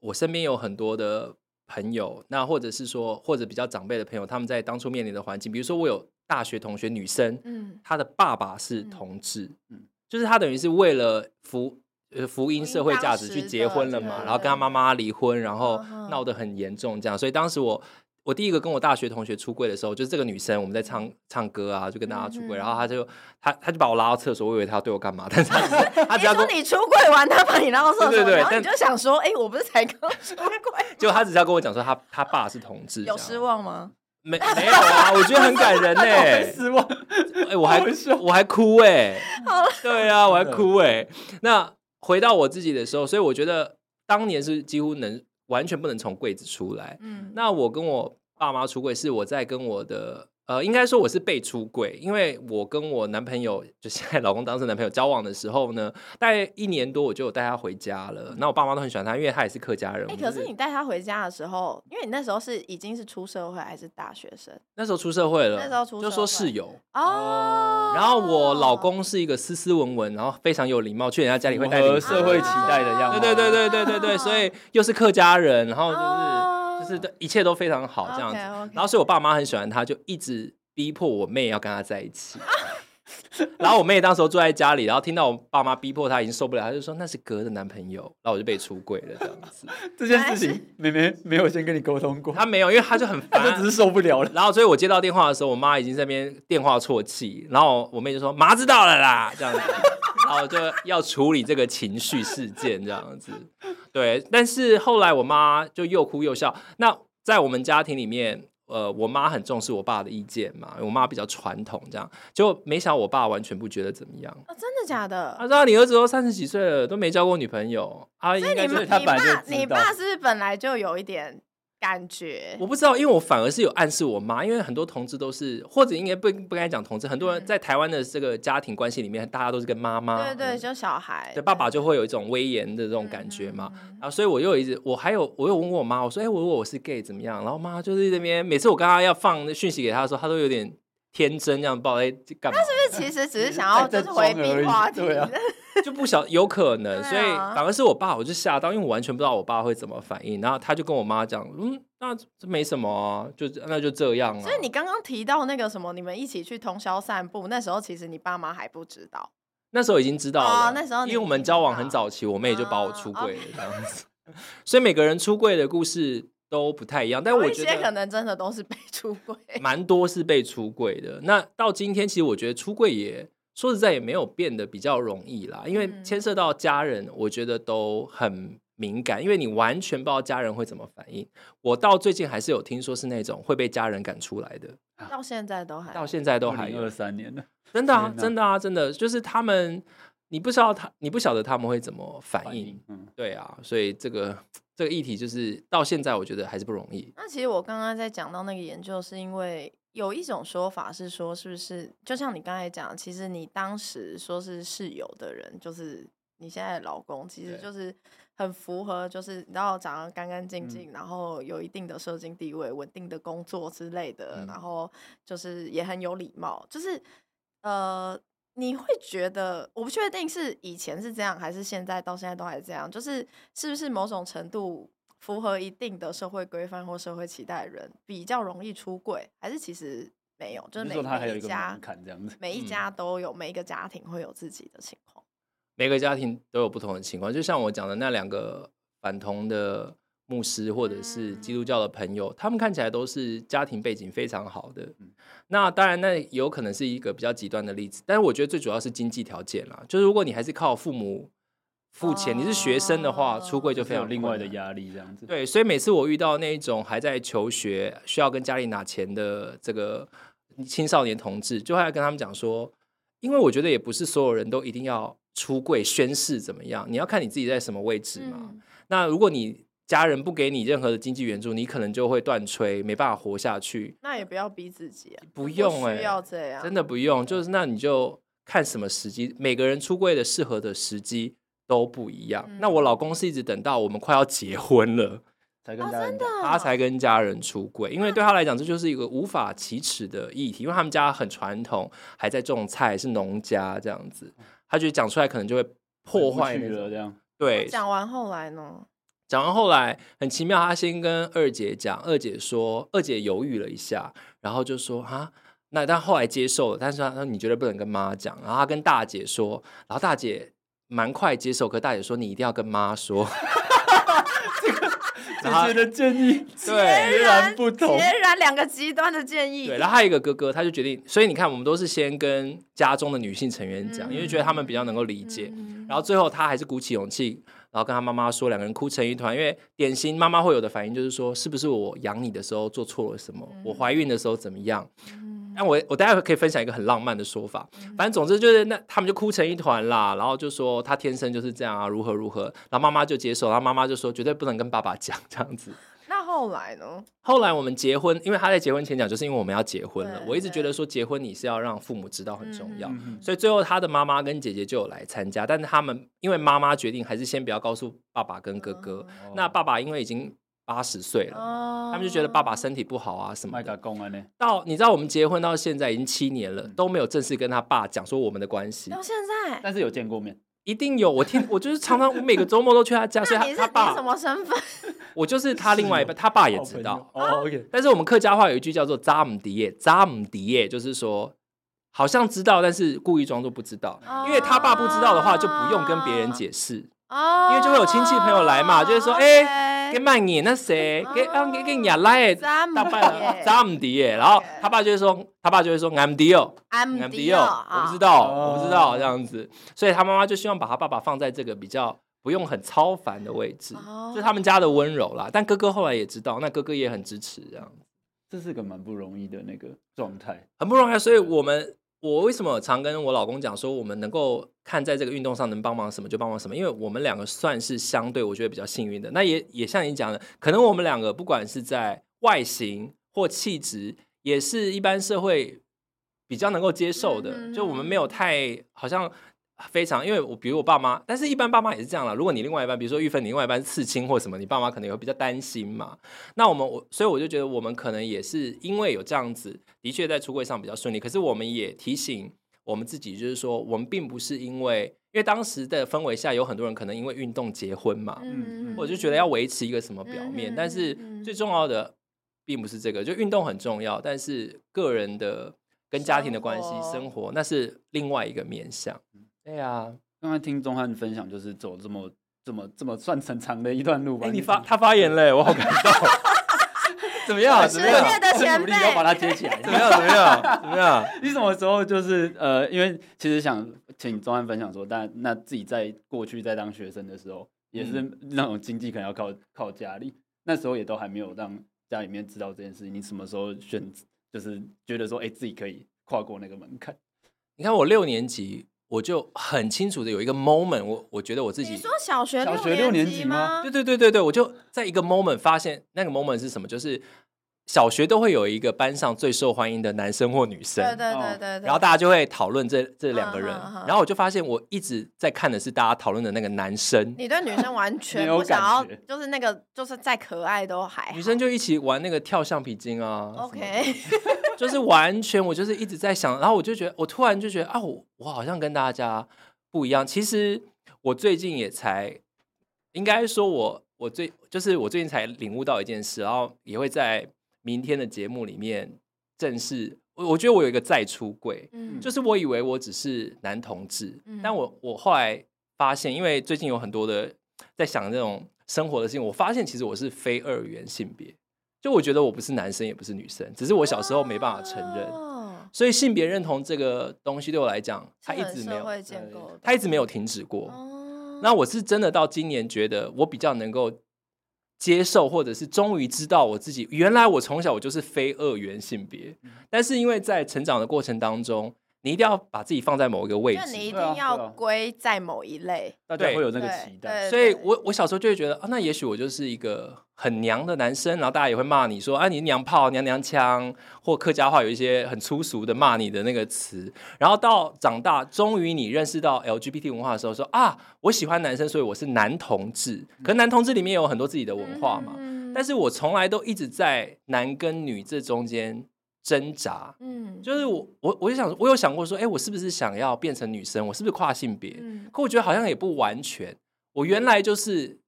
S3: 我身边有很多的朋友，那或者是说或者比较长辈的朋友，他们在当初面临的环境，比如说我有大学同学女生，
S1: 嗯，
S3: 他的爸爸是
S1: 嗯
S3: 同志，
S2: 嗯
S3: 就是他等于是为了福呃福
S1: 福
S3: 音
S1: 音
S3: 社会
S1: 当
S3: 价值去
S1: 时
S3: 结
S1: 的
S3: 婚了
S1: 这
S3: 嘛，
S1: 个
S3: 然后跟他妈妈离婚，然后
S1: 嗯哼
S3: 闹得很严重这样，所以当时我。我第一个跟我大学同学出柜的时候，就是这个女生，我们在唱唱歌啊，就跟大家出
S1: 嗯
S3: 柜，然后她就她她就把我拉到厕所，我以为她要对我干嘛，但是她 只是她
S1: 你
S3: 只要
S1: 说
S3: 跟我
S1: 你出轨完，他把你拉到厕所，
S3: 对对对
S1: 然后你
S3: 但
S1: 就想说，哎、我不是才刚 出轨，
S3: 就她只是要跟我讲说她她爸是同志，
S1: 有
S3: 这样
S1: 失望吗？
S3: 没没有啊？我觉得很感 人呢、欸
S2: 很失 望，
S3: 哎、我还
S2: 好笑
S3: 我还哭哎、
S1: 好了
S3: 对啊，我还
S2: 真的
S3: 哭哎、那回到我自己的时候，所以我觉得当年是几乎能完全不能从柜子出来。
S1: 嗯，
S3: 那我跟我爸妈出柜，是我在跟我的呃，应该说我是被出柜，因为我跟我男朋友，就现在老公当时男朋友交往的时候呢，大概一年多我就有带他回家了。那我爸妈都很喜欢他，因为他也是客家人。
S1: 哎、
S3: 我们
S1: 可
S3: 就是
S1: 你带他回家的时候，因为你那时候是已经是出社会还是大学生
S3: 那时候出社会了，
S1: 那时候出
S3: 就
S1: 社
S3: 说
S1: 会
S3: 室友。
S1: 哦
S3: 然后我老公是一个斯斯文文，然后非常有礼貌，去人家家里会带
S2: 符合
S3: 礼
S2: 社会期待的样
S3: 对
S2: 貌
S3: 对对对对对对，所以又是客家人，然后就是、
S1: 哦
S3: 就是对一切都非常好这样子。
S1: OK，OK
S3: 然后所以我爸妈很喜欢他，就一直逼迫我妹要跟他在一起。然后我妹当时候坐在家里，然后听到我爸妈逼迫她，已经受不了，她就说那是哥的男朋友，然后我就被出轨了这样子。
S2: 这件事情明明没有先跟你沟通过，
S3: 她没有，因为她就很
S2: 他
S3: 烦，啊
S2: 就只是受不了了。
S3: 然后，所以我接到电话的时候，我妈已经在那边电话啜泣，然后我妹就说：“妈知道了啦。”这样子，然后我就要处理这个情绪事件，这样子。对，但是后来我妈就又哭又笑。那在我们家庭里面，呃，我妈很重视我爸的意见嘛，我妈比较传统，这样就没想到我爸完全不觉得怎么样。
S1: 哦，真的假的？
S3: 他说：“你儿子都三十几岁了，都没交过女朋友啊？”应该
S1: 你
S3: 就
S1: 们
S3: 是
S1: 你
S2: 他
S1: 爸
S2: 本来就知
S1: 你
S2: 道
S1: 爸是不是本来就有一点感觉？
S3: 我不知道，因为我反而是有暗示我妈，因为很多同志都是，或者应该不不该讲同志，很多人
S1: 嗯
S3: 在台湾的这个家庭关系里面，大家都是跟妈妈，嗯
S1: 对对，就小孩，
S3: 对爸爸就会有一种威严的这种感觉嘛。
S1: 嗯。嗯嗯
S3: 啊，所以我又一直，我还有我有问过我妈，我说，哎、我如果我是 gay 怎么样？然后妈就是那边，每次我跟她要放讯息给她的时候，她都有点天真，这样不知道在干嘛，
S1: 这其实只是想要就
S2: 在
S1: 是回
S2: 装而
S1: 避
S2: 已
S1: 话题，
S2: 对啊
S3: 就不晓有可能，
S1: 对啊
S3: 所以反而是我爸，我就吓到，因为我完全不知道我爸会怎么反应。然后他就跟我妈讲，嗯，那这没什么啊，就那就这样啊。
S1: 所以你刚刚提到那个什么，你们一起去通宵散步，那时候其实你爸妈还不知道。
S3: 那时候已经知道了，
S1: 哦那时候你
S3: 因为我们交往很早期，我妹就把我出
S1: 啊
S3: 柜了这样子， 所以每个人出柜的故事都不太一样，但
S1: 有
S3: 我
S1: 哦一
S3: 觉
S1: 些可
S3: 得
S1: 能哎真的都是被出轨，
S3: 蛮多是被出柜的。那到今天，其实我觉得出柜也说实在也没有变得比较容易啦，因为
S1: 嗯
S3: 牵涉到家人，我觉得都很敏感，因为你完全不知道家人会怎么反应。我到最近还是有听说是那种会被家人赶出来的，
S1: 到现在都还
S3: 到现在都还有
S2: 二三年了，
S3: 真的啊
S2: 天，哪
S3: 真的啊，真的，就是他们，你不知道他，你不晓得他们会怎么反应。
S2: 反应嗯，
S3: 对啊，所以这个这个议题就是到现在，我觉得还是不容易。
S1: 那其实我刚刚在讲到那个研究，是因为有一种说法是说，是不是就像你刚才讲，其实你当时说是室友的人，就是你现在的老公，其实
S3: 对嗯
S1: 就是很符合，就是你知道长得干干净净，然后有一定的社经地位、稳定的工作之类的，
S3: 嗯
S1: 然后就是也很有礼貌，就是呃。你会觉得，我不确定是以前是这样，还是现在到现在都还这样，就是是不是某种程度符合一定的社会规范或社会期待的人比较容易出柜，还是其实没有，就是
S2: 你
S1: 每
S2: 说他还有
S1: 每
S2: 一
S1: 一
S2: 个
S1: 家
S2: 门槛这样子，
S1: 每一
S3: 嗯
S1: 家都有，每一个家庭会有自己的情况。
S3: 每个家庭都有不同的情况，就像我讲的那两个反同的牧师或者是
S2: 嗯
S3: 基督教的朋友，他们看起来都是家庭背景非常好的。
S2: 嗯
S3: 那当然，那也有可能是一个比较极端的例子，但是我觉得最主要是经济条件啦，就是如果你还是靠父母付钱，你是学生的话，
S1: 哦
S3: 出柜就
S2: 就是
S3: 非
S2: 有
S3: 常
S2: 另外
S3: 困
S2: 的
S3: 难
S2: 压力这样子。，
S3: 对，所以每次我遇到那一种还在求学、需要跟家里拿钱的这个青少年同志，就还要跟他们讲说，因为我觉得也不是所有人都一定要出柜宣誓怎么样，你要看你自己在什么位置嘛。
S1: 嗯，
S3: 那如果你家人不给你任何的经济援助，你可能就会断吹，没办法活下去。
S1: 那也不要逼自己、啊，
S3: 不用哎、
S1: 需要这样，
S3: 真的不用，就是那你就看什么时机，每个人出柜的适合的时机都不一样。
S1: 嗯
S3: 那我老公是一直等到我们快要结婚了。
S2: 才跟
S1: 哦，
S2: 大家
S1: 真的
S2: 讲，
S1: 哦，
S3: 他才跟家人出柜，因为对他来讲，这就是一个无法启齿的议题，因为他们家很传统，还在种菜，是农家这样子，他觉得讲出来可能就会破坏
S2: 嗯回不去
S3: 那
S2: 了
S3: 种
S2: 这样。
S3: 对，
S1: 讲完后来呢？
S3: 讲完后来很奇妙，他先跟二姐讲，二姐说，二姐犹豫了一下，然后就说啊。那但后来接受了，但是他说你绝对不能跟妈讲，然后他跟大姐说，然后大姐蛮快接受，可大姐说你一定要跟妈说，
S2: 姐
S3: 然后
S2: 姐的建议
S3: 对，
S2: 截然不
S1: 截
S2: 同，
S1: 然啊两个极端的建议。
S3: 对，然后还有一个哥哥，他就决定，所以你看，我们都是先跟家中的女性成员讲，因为觉得他们比较能够理解。
S1: 嗯
S3: 然后最后他还是鼓起勇气，然后跟他妈妈说，两个人哭成一团。因为典型妈妈会有的反应就是说，是不是我养你的时候做错了什么？
S1: 嗯
S3: 我怀孕的时候怎么样？那我我待会可以分享一个很浪漫的说法。
S1: 嗯
S3: 反正总之就是那他们就哭成一团啦，然后就说他天生就是这样啊，如何如何。然后妈妈就接受，然后妈妈就说绝对不能跟爸爸讲这样子。
S1: 那后来呢？
S3: 后来我们结婚，因为他在结婚前讲，就是因为我们要结婚了。
S1: 对
S3: 我一直觉得说结婚你是要让父母知道很重要，
S2: 嗯嗯
S3: 所以最后他的妈妈跟姐姐就有来参加，但是他们因为妈妈决定还是先不要告诉爸爸跟
S1: 嗯
S3: 哥哥。
S2: 哦
S3: 那爸爸因为已经八十岁了，
S1: 哦，
S3: 他们就觉得爸爸身体不好啊什么
S2: 麦
S3: 的
S2: 嘎。公安呢？
S3: 到你知道我们结婚到现在已经七年了，都没有正式跟他爸讲说我们的关系，
S1: 到现在，
S2: 但是有见过面，
S3: 一定有。我听我就是常常我每个周末都去他家，所以
S1: 那
S3: 他
S1: 你是
S3: 他
S1: 你什
S3: 爸
S1: 么身份？
S3: 我就是他另外一半，他爸也知道。
S2: 哦，OK，
S3: 但是我们客家话有一句叫做“扎姆迪耶”，扎姆迪耶就是说好像知道，但是故意装作不知道。 因为他爸不知道的话，就不用跟别人解释。
S1: 哦，
S3: 因为就会有亲戚朋友来嘛就会说哎跟曼你那谁，跟
S1: 哦
S3: 啊跟跟雅拉耶，
S1: 扎姆
S3: 大爸扎姆迪耶。然嗯后他爸就会说，他爸就会说 “I'm Dio”。
S1: M
S3: M
S1: D
S3: D
S1: 哦，
S3: O，我不知
S1: 道，
S3: 道，
S2: 哦
S3: 我不知道这样子，所以他妈妈就希望把他爸爸放在这个比较不用很超凡的位置，
S1: 哦
S3: 这是他们家的温柔啦。但哥哥后来也知道，那哥哥也很支持，这样
S2: 这是个蛮不容易的那个状态。
S3: 很不容易啊。所以我们，我为什么常跟我老公讲说，我们能够看在这个运动上能帮忙什么就帮忙什么，因为我们两个算是相对我觉得比较幸运的。那也也像你讲的，可能我们两个不管是在外形或气质，也是一般社会比较能够接受的，
S1: 嗯
S3: 就我们没有太好像。非常，因为我比如我爸妈，但是一般爸妈也是这样啦。如果你另外一半，比如说玉芬，你另外一半是刺青或什么，你爸妈可能也会比较担心嘛。那我们我，所以我就觉得我们可能也是因为有这样子，的确在出柜上比较顺利。可是我们也提醒我们自己，就是说我们并不是因为，因为当时的氛围下有很多人可能因为运动结婚嘛，
S2: 嗯嗯
S3: 我就觉得要维持一个什么表面，
S1: 嗯
S3: 但是
S1: 嗯嗯
S3: 最重要的并不是这个，就运动很重要，但是个人的跟家庭的关系、
S1: 生活
S3: 生活那是另外一个面向。对啊，
S2: 刚刚听钟汉分享，就是走这么
S3: 哎
S2: 这么这么算很长的一段路吧？
S3: 欸哎、你发他发言嘞，我好感动。 怎么样？
S1: 十
S3: 怎么样？
S1: 届的前
S2: 努力
S1: 辈，
S2: 要把它接起 来。
S3: 怎么样？怎么样？怎么样？
S2: 你什么时候就是呃，因为其实想请钟安分享说，但那自己在过去在当学生的时候，也是那种经济可能要靠靠家里，那时候也都还没有让家里面知道这件事情。你什么时候选，就是觉得说，哎、自己可以跨过那个门槛？
S3: 你看我六年级，我就很清楚的有一个 moment，我我觉得我自己
S1: 你说小学
S2: 小学六
S1: 年
S2: 年级
S1: 吗？
S3: 对对对对对，我就在一个 moment 发现那个 moment 是什么，就是小学都会有一个班上最受欢迎的男生或女生，
S1: 对对
S2: 哦
S1: 对对对。
S3: 然后大家就会讨论这这两个人，
S1: 嗯嗯嗯嗯
S3: 然后我就发现我一直在看的是大家讨论的那个男生，
S1: 你对女生完全
S2: 没有
S1: 不想要
S2: 感觉，
S1: 就是那个，就是再可爱都还好
S3: 女生就一起玩那个跳橡皮筋啊什么的
S1: OK，
S3: 就是完全我就是一直在想，然后我就觉得，我突然就觉得啊，我我好像跟大家不一样。其实我最近也才，应该说我我最就是我最近才领悟到一件事，然后也会在明天的节目里面正式。我我觉得我有一个再出柜，
S1: 嗯
S3: 就是我以为我只是男同志，
S1: 嗯
S3: 但我我后来发现，因为最近有很多的在想这种生活的事情，我发现其实我是非二元性别，就我觉得我不是男生也不是女生，只是我小时候没办法承认，
S1: 哦
S3: 所以性别认同这个东西对我来讲，它一
S1: 是
S3: 直没
S1: 很社
S3: 有，
S1: 会建构的，
S3: 它一直没有停止过。
S1: 哦
S3: 那我是真的到今年觉得我比较能够接受，或者是终于知道我自己，原来我从小我就是非二元性别，
S1: 嗯
S3: 但是因为在成长的过程当中，你一定要把自己放在某一个位
S1: 就你一
S2: 对
S3: 置。
S2: 啊
S1: 定要
S2: 对啊
S1: 归在某一类，
S2: 大家会有那个期
S1: 对
S2: 待。
S3: 所以我我小时候就会觉得啊，那也许我就是一个很娘的男生，然后大家也会骂你说啊，你娘炮、娘娘腔，或客家话有一些很粗俗的骂你的那个词。然后到长大，终于你认识到 LGBT 文化的时候说啊，我喜欢男生，所以我是男同志。可是男同志里面有很多自己的文化嘛，
S1: 嗯
S3: 但是我从来都一直在男跟女这中间挣扎。
S1: 嗯，
S3: 就是我我我就想，我有想过说，哎、我是不是想要变成女生？我是不是跨性别？
S1: 嗯
S3: 可我觉得好像也不完全。我原来就是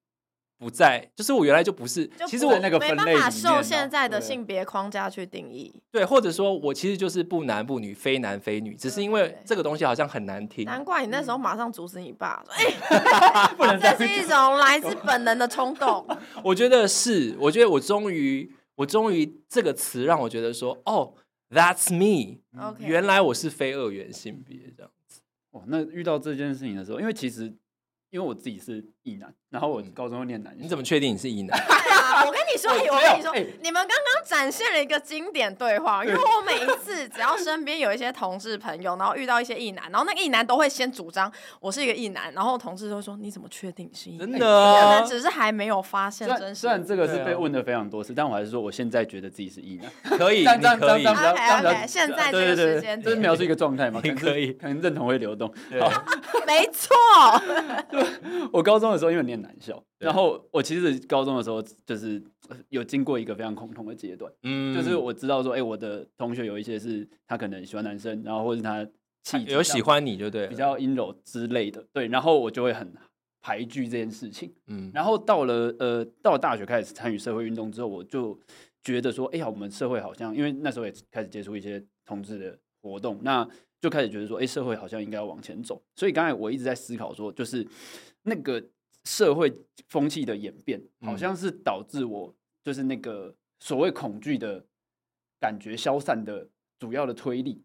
S3: 不在，就是我原来就不是。
S1: 就
S3: 其实
S1: 不
S3: 我
S2: 那个
S1: 没
S2: 分
S1: 办
S2: 类
S1: 法
S2: 里
S1: 受
S2: 面
S1: 现
S2: 啊
S1: 在的
S2: 对
S1: 性别框架去定义，
S3: 对，或者说我其实就是不男不女，非男非女，只是因为
S1: 对
S3: 这个东西好像很难听。
S1: 难怪你那时候马上阻止你爸， 说哎，
S2: 嗯不能这
S1: 这
S2: 样
S1: 是一种来自本 能的冲动，
S3: 我觉得是，我觉得我终于，我终于这个词让我觉得说，哦，That's me。
S1: OK
S3: 嗯原来我是非二元性别这样。
S2: 哇，哦那遇到这件事情的时候，因为其实因为我自己是异男，然后我高中又念男校，
S3: 嗯你怎么确定你是 异男？
S1: 对啊，我跟你 说，我跟你说
S2: 哎，
S1: 你们刚刚展现了一个经典对话，因为我每一次只要身边有一些同志朋友，然后遇到一些异男，然后那个异男都会先主张我是一个异男，然后同志都会说你怎么确定你是异男？
S3: 真的
S1: 可
S3: 啊
S1: 能？只是还没有发现
S2: 虽然
S1: 真实
S2: 虽。然这个
S3: 对
S2: 是
S3: 啊
S2: 被问的非常多次，但我还是说我现在觉得自己是异男。
S3: 可以，
S2: 但
S3: 你
S2: 但
S3: 可
S2: 但
S3: 以。
S2: 但比较
S1: OK，OK，
S2: 但比较
S1: 现在
S2: 对
S1: 这个
S2: 对对
S1: 时间
S2: 这是描述一个状态 嘛？
S3: 你
S2: 能
S3: 可以
S2: 是可能认同会流动。
S3: 对
S1: 啊没错，
S2: 我高中的时候因为念男校，
S3: 对
S2: 然后我其实高中的时候就是呃有经过一个非常恐同的阶段，
S3: 嗯
S2: 就是我知道说，哎，我的同学有一些是他可能喜欢男生，然后或者是他气质
S3: 有喜
S2: 上
S3: 欢你就对了，
S2: 比较阴柔之类的，对，然后我就会很排拒这件事情。
S3: 嗯
S2: 然后到了呃，到了大学开始参与社会运动之后，我就觉得说，哎呀，我们社会好像，因为那时候也开始接触一些同志的活动，那就开始觉得说，哎，社会好像应该要往前走。所以刚才我一直在思考说，就是那个社会风气的演变，好
S3: 嗯
S2: 像是导致我就是那个所谓恐惧的感觉消散的主要的推力。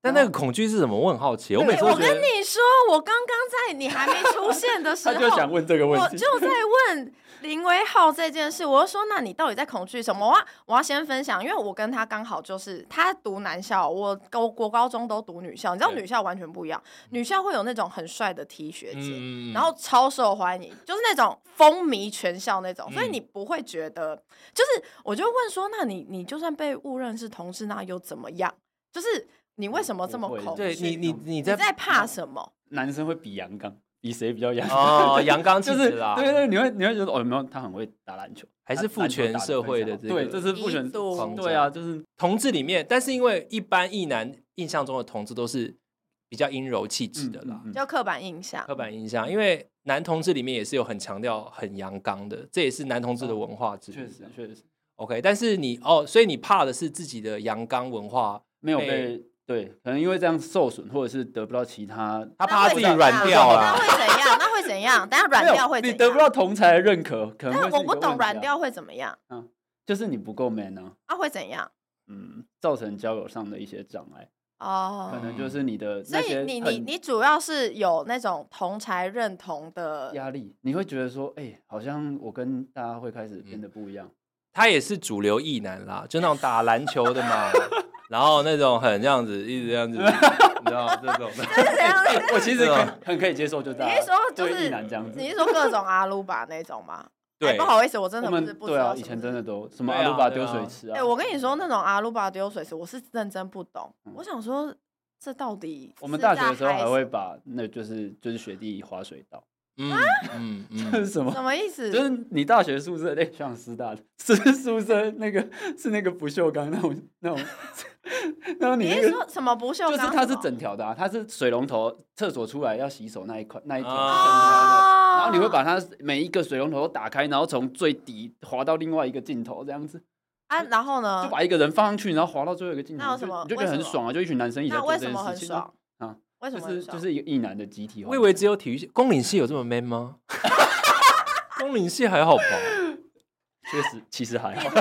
S3: 但那个恐惧是什么？我很好奇。我每次都
S1: 我
S3: 觉
S1: 跟
S3: 得，
S1: 你说，我刚刚在你还没出现的时
S2: 他
S1: 候，
S2: 就想问这个问
S1: 我
S2: 题，
S1: 就在问林威浩这件事，我就说，那你到底在恐惧什么？我要我要先分享，因为我跟他刚好就是他读男校，我高国高中都读女校，你知道
S3: 对
S1: 女校完全不一样，女校会有那种很帅的 T 学姐，
S3: 嗯
S1: 然后超受欢迎，就是那种风靡全校那种，所以
S3: 嗯
S1: 你不会觉得，就是我就问说，那你你就算被误认是同志，那又怎么样？就是你为什么这么
S2: 不会
S1: 恐惧？
S3: 对你，你你
S1: 你
S3: 在
S1: 在怕什么？
S2: 男生会比阳刚，比谁比较阳刚。
S3: 哦，阳刚气
S2: 就
S3: 质
S2: 是
S3: 啦，
S2: 对对，你会你会觉得哦，没有，他很会打篮球，
S3: 还是
S2: 他
S3: 父
S2: 篮球
S3: 权
S2: 打得
S3: 社
S2: 非
S3: 会
S2: 常
S3: 的
S2: 好
S3: 这
S2: 对，
S3: 个
S2: 这是父
S1: 遗
S2: 权
S1: 毒
S2: 框架对啊，就是
S3: 同志里面，但是因为一般异男印象中的同志都是比较阴柔气质的啦，
S2: 嗯嗯
S1: 就刻板印象
S3: 刻。板印象。因为男同志里面也是有很强调很阳刚的，这也是男同志的文化之一。
S2: 哦确实确实
S3: OK，但是你哦，所以你怕的是自己的阳刚文化，
S2: 没有
S3: 被
S2: 被对，可能因为这样受损，或者是得不到其他，
S3: 他怕
S1: 那
S3: 他自
S1: 会
S3: 己
S1: 怎
S3: 软
S1: 样
S3: 掉啊
S1: 那
S3: 啦。
S1: 会怎样？那会 怎样？等下软
S2: 没有
S1: 掉会怎
S2: 你
S1: 样？
S3: 啊
S2: 得不到同才的认可，可能会
S1: 但
S2: 是
S1: 我
S2: 一
S1: 不
S2: 个
S1: 懂
S2: 问题
S1: 软
S2: 啊，
S1: 掉会怎么样？
S2: 就是你不够 man 啊，
S1: 啊，会怎样？
S2: 嗯，造成交友上的一些障碍，可
S1: 哦，
S2: 能就是你的
S1: 所
S2: 那
S1: 以
S2: 些
S1: 你你
S2: 很
S1: 你主要是有那种同才认同的，
S2: 压力，你会觉得说，哎、好像我跟大家会
S3: 嗯
S2: 开始变得不一样。
S3: 他也是主流意男啦，就那种打篮球的 嘛，然后那种很这样子，一直这样子，你知道这种的。
S1: 是怎样？
S2: 我其实
S3: 对啊
S2: 很很可以接受，就大
S1: 你
S2: 家
S1: 是说就
S2: 对
S1: 是
S2: 一男这样子
S1: 你。是说各种阿鲁巴那种吗？哎
S3: 对
S1: 不，好意思，我真
S2: 我
S1: 的不是
S2: 们
S1: 不
S2: 对
S1: 知道
S2: 啊，
S1: 什
S2: 以
S1: 么
S2: 前
S1: 是
S2: 真的都什么
S3: 对
S2: 阿
S3: 啊
S2: 鲁巴
S3: 对
S2: 丢
S3: 啊
S2: 水池啊。
S1: 哎、我跟你说，那种阿鲁巴丢水池，我是认真不懂。我想说，这到底
S2: 嗯我们
S1: 是
S2: 大
S1: 在
S2: 学的时候还
S1: 嗨
S2: 会把那就是就是学弟滑水 道，
S3: 嗯嗯
S2: 这
S3: 嗯，
S2: 是什
S1: 什
S2: 么？
S1: 么意思？
S2: 就是你大学宿舍，哎、像师大的，是宿舍那个是那个不锈钢那种那种，然后你
S1: 你
S2: 那
S1: 是
S2: 个
S1: 说什么不锈
S2: 就
S1: 钢
S2: 是
S1: 什么？
S2: 它是整条的、啊，它是水龙头厕所出来要洗手那一块那一条是整
S3: 啊
S2: 条的，
S1: 哦，
S2: 然后你会把它每一个水龙头都打开，然后从最底滑到另外一个尽头，这样子
S1: 啊，然后
S2: 就
S1: 呢？
S2: 把一个人放上去，然后滑到最后一个尽头，
S1: 那有什
S2: 就
S1: 么
S2: 你就觉得很
S1: 为什么
S2: 爽啊！就一群男生一起在
S1: 那
S2: 做
S1: 为
S2: 这
S1: 什
S2: 件
S1: 么很
S2: 事情啊
S1: 爽，？为什
S2: 就
S1: 么很
S2: 是
S1: 爽？
S2: 就是一个异男的集体滑
S3: 我以
S2: 动。
S3: 为只有体育系，公领系有这么 man 吗？公领系还好吧？
S2: 确实其实还好。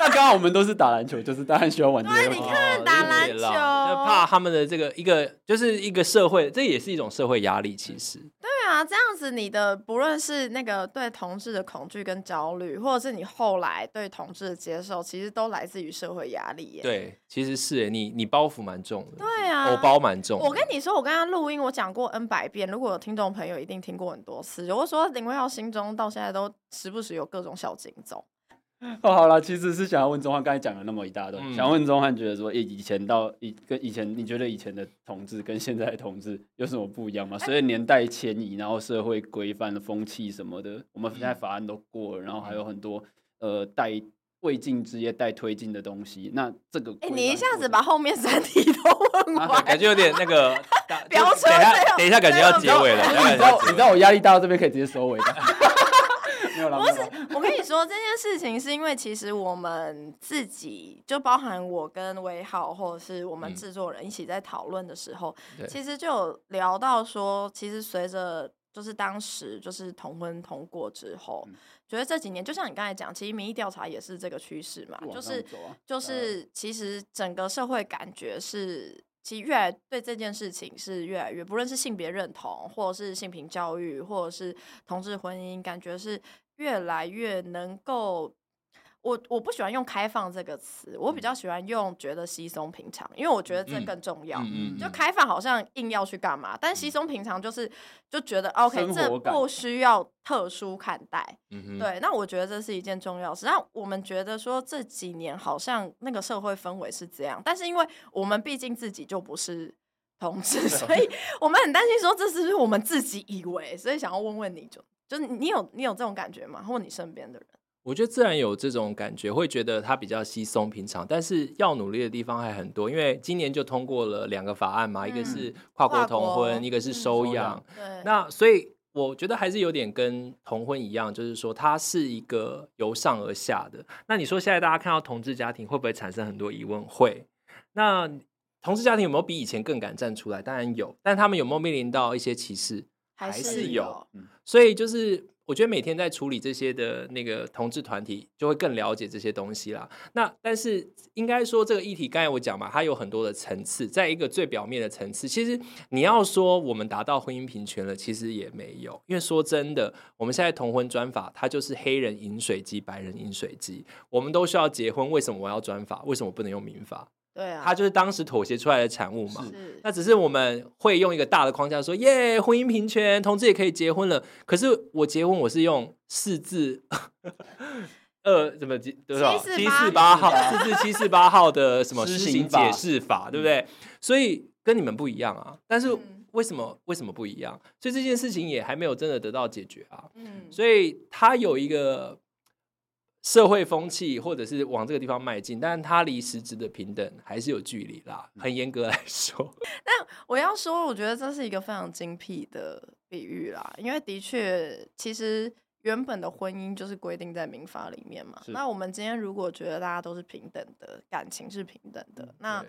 S2: 那刚刚我们都是打篮球，就是当然需要玩这
S1: 对啊
S2: 个
S1: 你
S2: 东西。
S1: 看
S3: 哦
S1: 打
S3: 理解
S1: 篮
S3: 啦
S1: 球
S3: 就怕他们的这个一个就是一个社会，这也是一种社会压力，其实。
S1: 对啊，这样子你的不论是那个对同志的恐惧跟焦虑，或者是你后来对同志的接受，其实都来自于社会压力耶。
S3: 对，其实是耶欸你你包袱蛮重的，
S1: 对啊
S3: 我包蛮重的。
S1: 我跟你说，我跟他录音，我讲过 N 百遍。如果有听众朋友一定听过很多次，我说林慧浩心中到现在都时不时有各种小警 钟。
S2: 哦，好了，其实是想要问钟汉，刚才讲了那么一大段，
S3: 嗯
S2: 想问钟汉，觉得说，诶以前到以跟以前，你觉得以前的同志跟现在的同志有什么不一样
S1: 哎
S2: 吗？随着年代迁移，然后社会规范的风气什么的，我们现在法案都过了，然后还有很多呃带未进之业带推进的东西。那这个，
S1: 哎、你一下子把后面三题都问
S2: 啊
S1: 完，
S3: 啊 感觉有点那个打
S1: 飙
S3: 就是
S1: 车
S3: 等一
S1: 最
S3: 下，
S1: 后
S3: 等一下，感觉要结尾了。
S1: 最
S3: 等一下
S2: 你
S3: 感
S2: 知道
S3: 觉要结尾了
S2: 你知道我压力大到这边可以直接收尾的， 没有啦，
S1: 不
S2: 没有
S1: 是
S2: 啦，
S1: 我跟你说这件事情，是因为其实我们自己就包含我跟威浩，或者是我们
S3: 嗯
S1: 制作人一起在讨论的时候，
S3: 对
S1: 其实就有聊到说，其实随着就是当时就是同婚通过之后，
S2: 嗯
S1: 觉得这几年就像你刚才讲，其实民意调查也是这个趋势嘛，就
S2: 往上
S1: 是
S2: 走啊
S1: 就
S2: 当然
S1: 是其实整个社会感觉是，其实越来对这件事情是越来越，不论是性别认同，或者是性平教育，或者是同志婚姻，感觉是越来越能够。我我不喜欢用开放这个词，
S2: 嗯
S1: 我比较喜欢用觉得稀松平常，因为我觉得这
S3: 嗯
S1: 更重要。
S3: 嗯嗯，
S1: 就
S3: 嗯
S1: 开放好像硬要去干嘛，但稀松平常就是就觉得哦 OK，
S2: 生
S1: 这
S2: 活感
S1: 不需要特殊看待。
S3: 嗯哼，
S1: 对，那我觉得这是一件重要事。那我们觉得说这几年好像那个社会氛围是这样，但是因为我们毕竟自己就不是同志， 所以我们很担心说这是不是我们自己以为，所以想要问问你就，就是你有你有这种感觉吗？或你身边的人？
S3: 我觉得自然有这种感觉，会觉得它比较稀松平常，但是要努力的地方还很多。因为今年就通过了两个法案嘛，
S1: 嗯
S3: 一个是跨国同
S1: 跨
S3: 婚，
S1: 国嗯
S3: 一个是收养。
S1: 对，
S3: 那所以我觉得还是有点跟同婚一样，就是说它是一个由上而下的。那你说现在大家看到同志家庭会不会产生很多疑问？会。那同志家庭有没有比以前更敢站出来？当然有，但他们有没有面临到一些歧视？
S1: 还
S3: 还
S1: 是
S3: 是有所以就是我觉得每天在处理这些的那个同志团体，就会更了解这些东西啦。那但是应该说这个议题，刚才我讲嘛，它有很多的层次，在一个最表面的层次，其实你要说我们达到婚姻平权了，其实也没有，因为说真的，我们现在同婚专法，它就是黑人饮水机，白人饮水机，我们都需要结婚，为什么我要专法？为什么不能用民法？
S1: 对啊，
S3: 它就是当时妥协出来的产物嘛。
S1: 是
S3: 那只是我们会用一个大的框架说，耶，婚姻平权，同志也可以结婚了。可是我结婚，我是用四至二怎么几多少
S1: 748
S3: 七四八号四至七四八号的什么
S2: 施
S3: 施
S2: 行
S3: 行
S2: 法嗯
S3: 解释法，对不对？所以跟你们不一样啊。但是
S1: 嗯
S3: 为什么为什么不一样？所以这件事情也还没有真的得到解决啊。
S1: 嗯，
S3: 所以它有一个社会风气，或者是往这个地方迈进，但它离实质的平等还是有距离啦。
S2: 嗯
S3: 很严格来说，
S1: 我要说，我觉得这是一个非常精辟的比喻啦，因为的确，其实原本的婚姻就是规定在民法里面嘛。
S2: 是
S1: 那我们今天如果觉得大家都是平等的，感情是平等的，那
S3: 对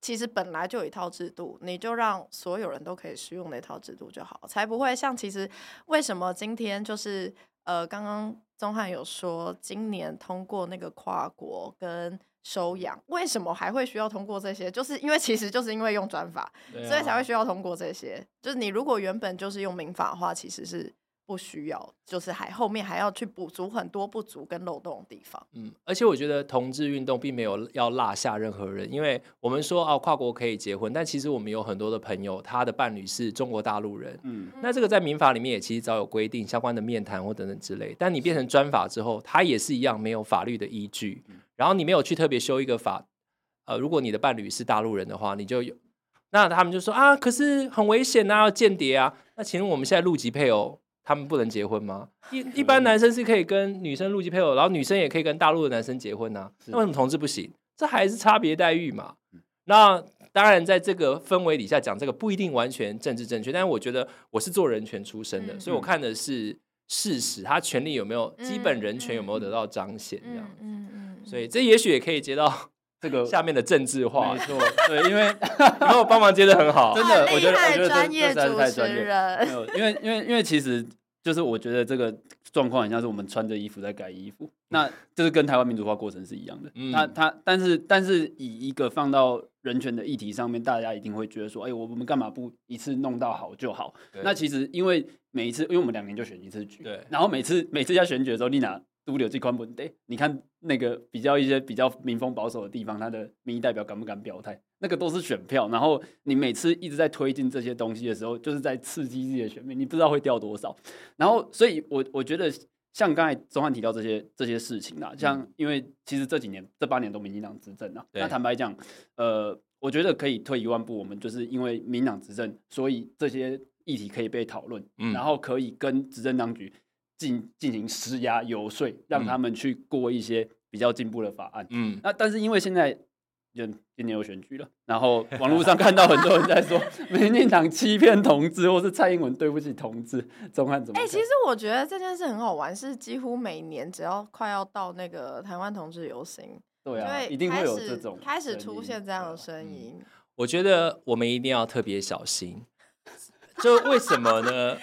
S1: 其实本来就有一套制度，你就让所有人都可以使用那套制度就好，才不会像其实为什么今天就是。呃，刚刚钟汉有说今年通过那个跨国跟收养，为什么还会需要通过这些？就是因为其实就是因为用专法，
S2: 对啊
S1: 所以才会需要通过这些。就是你如果原本就是用民法的话，其实是不需要，就是还后面还要去补足很多不足跟漏洞的地方。
S3: 嗯，而且我觉得同志运动并没有要落下任何人，因为我们说啊，跨国可以结婚，但其实我们有很多的朋友，他的伴侣是中国大陆人。
S2: 嗯，
S3: 那这个在民法里面也其实早有规定相关的面谈或等等之类，但你变成专法之后，它也是一样没有法律的依据，然后你没有去特别修一个法，呃，如果你的伴侣是大陆人的话，你就有，那他们就说啊，可是很危险啊，间谍啊，那请问我们现在陆籍配偶他们不能结婚吗？一一般男生是可以跟女生陆籍配偶，然后女生也可以跟大陆的男生结婚啊，
S2: 是
S3: 那为什么同志不行？这还是差别待遇嘛。那当然，在这个氛围底下讲这个不一定完全政治正确，但是我觉得我是做人权出身的，
S1: 嗯
S3: 所以我看的是事实，他权利有没有、基本人权有没有得到彰显这样。
S1: 嗯嗯
S3: 所以这也许也可以接到
S2: 这个
S3: 下面的政治化
S2: 呃没，错，对，因为
S3: 然后帮忙接的很好。
S2: 真的
S1: 哇
S2: 我觉得
S1: 厉
S2: 我
S1: 害
S2: 觉得这
S1: 专业
S2: 这实在是
S1: 主
S2: 太
S1: 持
S2: 专业嗯没
S1: 人，
S2: 有，因为因为因为其实就是我觉得这个状况很像是我们穿着衣服在改衣服，那就是跟台湾民主化过程是一样的。
S3: 嗯
S2: 那他但是但是以一个放到人权的议题上面，大家一定会觉得说，哎、我们干嘛不一次弄到好就好？
S3: 对
S2: 那其实因为每一次，因为我们两年就选一次举，
S3: 对
S2: 然后每次每次要选举的时候，你拿。都留这款本得，你看那个比较一些比较民风保守的地方，他的民意代表敢不敢表态，那个都是选票。然后你每次一直在推进这些东西的时候，就是在刺激自己的选民，你不知道会掉多少。然后，所以我我觉得像刚才钟汉提到这些这些事情啦，像因为其实这几年这八年都民进党执政啊，
S3: 对
S2: 那坦白讲，呃，我觉得可以退一万步，我们就是因为民进党执政，所以这些议题可以被讨论，
S3: 嗯
S2: 然后可以跟执政当局进进行施压游说，让
S3: 嗯
S2: 他们去过一些比较进步的法案。
S3: 嗯，
S2: 那但是因为现在就今年有选举了，然后网络上看到很多人 在说民进党欺骗同志，或是蔡英文对不起同志，钟汉怎么
S1: 哎、
S2: 看？
S1: 其实我觉得这件事很好玩，是几乎每年只要快要到那个台湾同志游行，
S2: 对
S1: 就
S2: 啊，
S1: 会
S2: 一定会
S1: 开
S2: 有
S1: 始
S2: 这种
S1: 开始
S2: 声
S1: 出
S2: 音
S1: 现这样的
S2: 对啊
S1: 声音。
S3: 我觉得我们一定要特别小心。就为什么呢？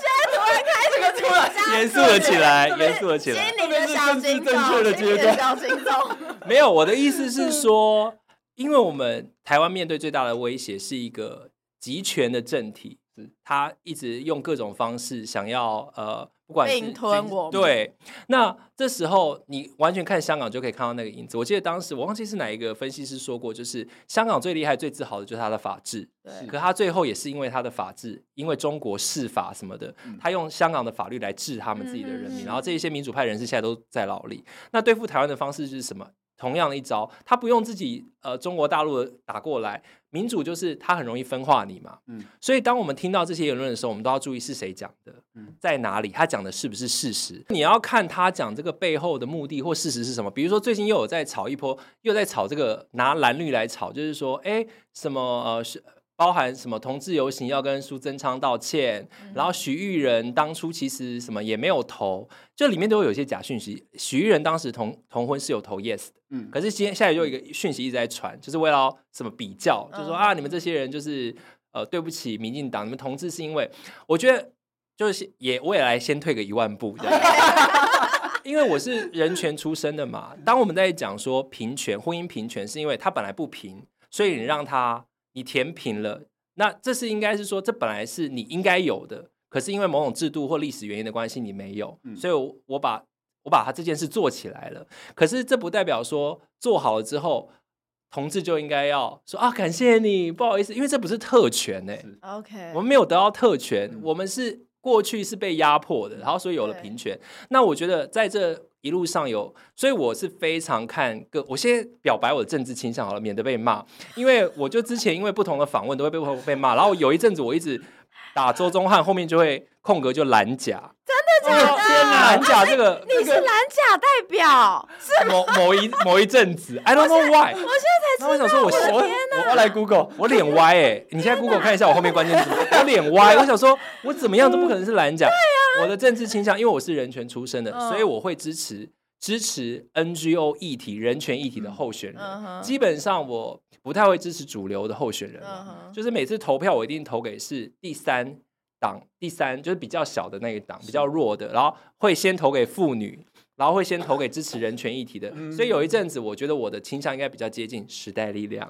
S1: 这个突然
S3: 严肃了起来，严肃了起来。
S1: 心灵的小警
S2: 这边是政治正确的
S1: 钟，心灵
S2: 阶段
S1: 的小警钟。
S3: 没有，我的意思是说，因为我们台湾面对最大的威胁是一个集权的政体
S2: 是，
S3: 他一直用各种方式想要呃，不管是
S1: 并吞
S3: 军
S1: 我们
S3: 对，那这时候你完全看香港就可以看到那个影子。我记得当时我忘记是哪一个分析师说过，就是香港最厉害、最自豪的就是他的法治。
S1: 对，
S3: 可他最后也是因为他的法治，因为中国释法什么的，他用香港的法律来治他们自己的人
S1: 嗯
S3: 民，
S1: 嗯嗯
S3: 然后这一些民主派人士现在都在牢里。那对付台湾的方式是什么？同样的一招，他不用自己呃中国大陆的打过来，民主就是他很容易分化你嘛。
S2: 嗯
S3: 所以当我们听到这些言论的时候，我们都要注意是谁讲的，
S2: 嗯
S3: 在哪里，他讲的是不是事实？你要看他讲这个背后的目的或事实是什么。比如说最近又有在炒一波，又在炒这个拿蓝绿来炒，就是说，哎，什么呃是。包含什么同志游行要跟苏贞昌道歉，然后许玉仁当初其实什么也没有投，这里面都有一些假讯息。许玉仁当时同同婚是有投 yes 的，
S2: 嗯，
S3: 可是现现在有一个讯息一直在传，就是为了什么比较，就
S1: 嗯
S3: 说啊，你们这些人就是呃，对不起民进党，你们同志是因为，我觉得就是也我也来先退个一万步，这样因为我是人权出身的嘛。当我们在讲说平权、婚姻平权，是因为它本来不平，所以你让它你填平了，那这是应该是说这本来是你应该有的，可是因为某种制度或历史原因的关系，你没有，
S2: 嗯
S3: 所以我我把我把它这件事做起来了。可是这不代表说做好了之后，同志就应该要说啊，感谢你，不好意思，因为这不是特权欸呢、
S2: 是
S1: OK，
S3: 我们没有得到特权，
S2: 嗯
S3: 我们是过去是被压迫的，然后所以有了
S1: 对
S3: 平权。那我觉得在这一路上有，所以我是非常看各，我先表白我的政治倾向好了，免得被骂，因为我就之前因为不同的访问都会被被骂，然后有一阵子我一直打周宗汉，后面就会空格就蓝甲，真的假的？天哪，蓝甲这个
S1: 你是蓝甲代表，是
S3: 某某一某一阵子，I don't know why。
S1: 我现
S3: 然后我想说我，我
S2: 我要来 Google，
S3: 我脸歪哎、你现在 Google 看一下我后面关键词，我脸歪。我想说，我怎么样都不可能是蓝甲。我的政治倾向，因为我是人权出身的，
S1: 嗯
S3: 所以我会支持支持 NGO 议题、人权议题的候选人。
S1: 嗯哼嗯
S3: 基本上我不太会支持主流的候选人啊
S1: 在
S3: 嘛
S1: 才知道，
S3: 就是每次投票我一定投给是第三党第三，就是比较小的那个党，比较弱的，然后会先投给妇女，然后会先投给支持人权 议题的。所以有一阵子，我觉得我的倾向应该比较接近时代力 量，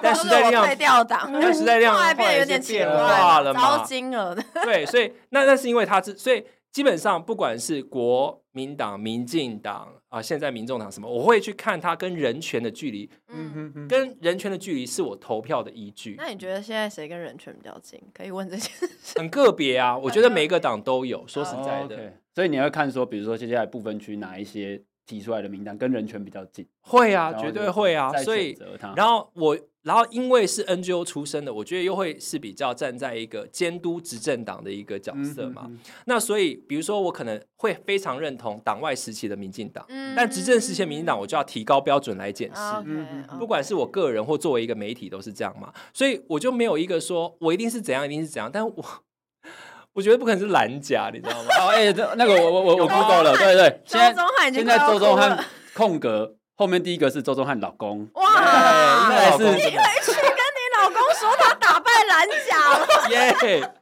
S3: 但
S1: 就是
S3: 时代力
S1: 我
S3: 量
S1: 退掉 党，
S3: 但 时代力量
S1: 后来
S3: 后来
S1: 变有
S3: 是
S1: 点奇
S3: 变
S1: 怪
S3: 化了嘛
S1: 糟心 了的。
S3: 对，所 以那那是因为他是，所以基本上不管是国民党、民进党啊、现在民众党什么，我会去看他跟人权的距离，
S2: 嗯
S1: 嗯，
S2: 哼哼，
S3: 跟人权的距离是我投票的依据
S1: 那。你觉得现在谁跟人权比较近？可以问这些。
S3: 很个别啊，我觉得每一个党都有。说实
S1: 很
S3: 在
S2: 哦
S3: 的，
S2: ，OK 所以你会看说，比如说接下来不分区哪一些提出来的名单跟人权比较近，
S3: 会啊，
S2: 然后
S3: 绝对
S2: 就
S3: 会啊
S2: 再。
S3: 所
S2: 选
S3: 以
S2: 择嗯它
S3: 然后我，然后因为是 NGO 出身的，我觉得又会是比较站在一个监督执政党的一个角色嘛。
S2: 嗯哼哼
S3: 那所以，比如说我可能会非常认同党外时期的民进党，
S1: 嗯
S3: 但执政时期的民进党，我就要提高标准来检视。
S1: 啊，OK，
S2: 嗯
S1: 嗯
S3: 不管是我个人或作为一个媒体，都是这样嘛，所以我就没有一个说我一定是怎样，一定是怎样，但我我觉得不可能是蓝甲，你知道吗？
S2: 哦，哎，这那个我我我我
S3: 有
S2: Google 了，对对，
S1: 周
S2: 现在
S1: 宗汉已经
S2: 现
S1: 快
S2: 在
S1: 要
S2: 周
S1: 哭
S2: 宗
S1: 了
S2: 汉空格后面第一个是周宗汉老公，
S1: 哇，
S2: 对
S3: 哎对，那老公
S2: 是
S3: 怎么
S1: 去跟你老公说他打败蓝甲了。
S3: 耶，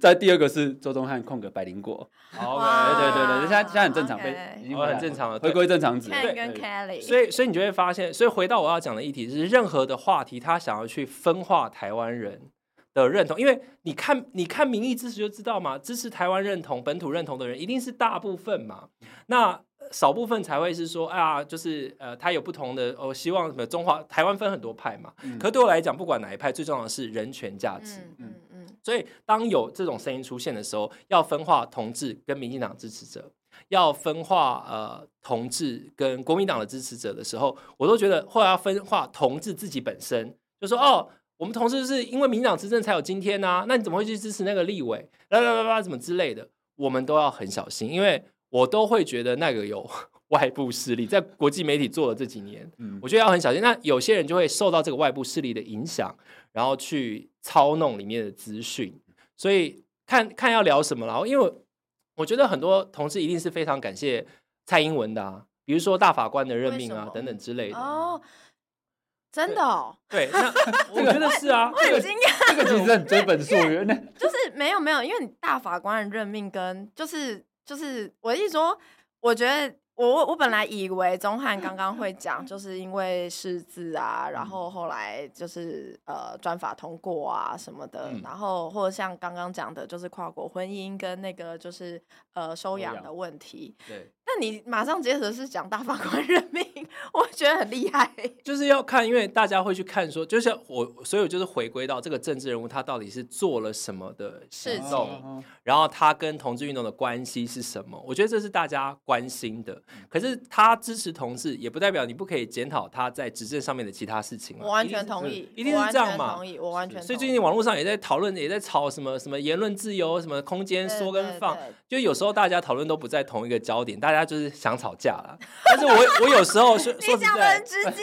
S2: 在第二个是周宗汉空格百灵果，
S3: 好
S2: 对
S1: 哇
S2: 对对对，现在现在很正常，
S1: OK
S2: 被已经
S3: 哦
S2: 回来
S3: 很正常了
S2: 回
S3: 对
S2: 归正常值。
S1: Ken
S2: 对
S1: 跟 Kelly，
S3: 所以，所以你就会发现，所以回到我要讲的议题是，任何的话题，他想要去分化台湾人的认同，因为你看，你看民意支持就知道嘛，支持台湾认同、本土认同的人一定是大部分嘛，那呃少部分才会是说啊，就是呃，他有不同的哦，希望什么中华台湾分很多派嘛，
S2: 嗯
S3: 可对我来讲，不管哪一派，最重要的是人权价值。
S1: 嗯嗯
S2: 嗯
S1: 嗯，
S3: 所以，当有这种声音出现的时候，要分化同志跟民进党支持者，要分化呃同志跟国民党的支持者的时候，我都觉得或者要分化同志自己本身，就说哦，我们同志是因为民进党执政才有今天呐、那你怎么会去支持那个立委？啦啦啦啦，怎么之类的，我们都要很小心，因为我都会觉得那个有 外部势力，在国际媒体做了这几年，
S2: 嗯
S3: 我觉得要很小心。那有些人就会受到这个外部势力的影响，然后去操弄里面的资讯，所以看看要聊什么。然后，因为我我觉得很多同事一定是非常感谢蔡英文的啊，比如说大法官的任命
S1: 为什
S3: 啊
S1: 么
S3: 等等之类的。
S1: 哦，真的哦，
S3: 对，那我觉得是啊
S1: 我，很惊讶，
S2: 这个其实很追本溯源的，
S1: 就是没有没有，因为你大法官的任命跟就是就是我一说，我觉得。我我我本来以为钟汉刚刚会讲，就是因为识字啊，
S3: 嗯
S1: 然后后来就是呃专法通过啊什么的，
S3: 嗯
S1: 然后或者像刚刚讲的，就是跨国婚姻跟那个就是呃收
S2: 收
S1: 养
S2: 养
S1: 的问题，
S3: 对，
S1: 但你马上接着是讲大法官 任命，我觉得很厉害。
S3: 就是要看，因为大家会去看说，就像我，所以我就是回归到这个政治人物他到底是做了什么的
S1: 事
S3: 行
S1: 情
S3: 动，
S2: 哦
S3: 然后他跟同志运动的关系是什么？我觉得这是大家关心的。
S1: 嗯
S3: 可是他支持同志，也不代表你不可以检讨他在执政上面的其他事情嘛。
S1: 我完全同意，
S3: 一定
S1: 我
S3: 是
S1: 完
S3: 这样
S1: 全
S3: 嘛
S1: 同意，我完全同意。
S3: 所以最近网络上也在讨论，也在吵什么什么言论自由，什么空间缩跟放。
S1: 对对对
S3: 就有时候大家讨论都不在同一个焦点，大家就是想吵架了。但是我我有时候 说说
S1: 你
S3: 实
S1: 讲的
S3: 在
S1: 很，直接，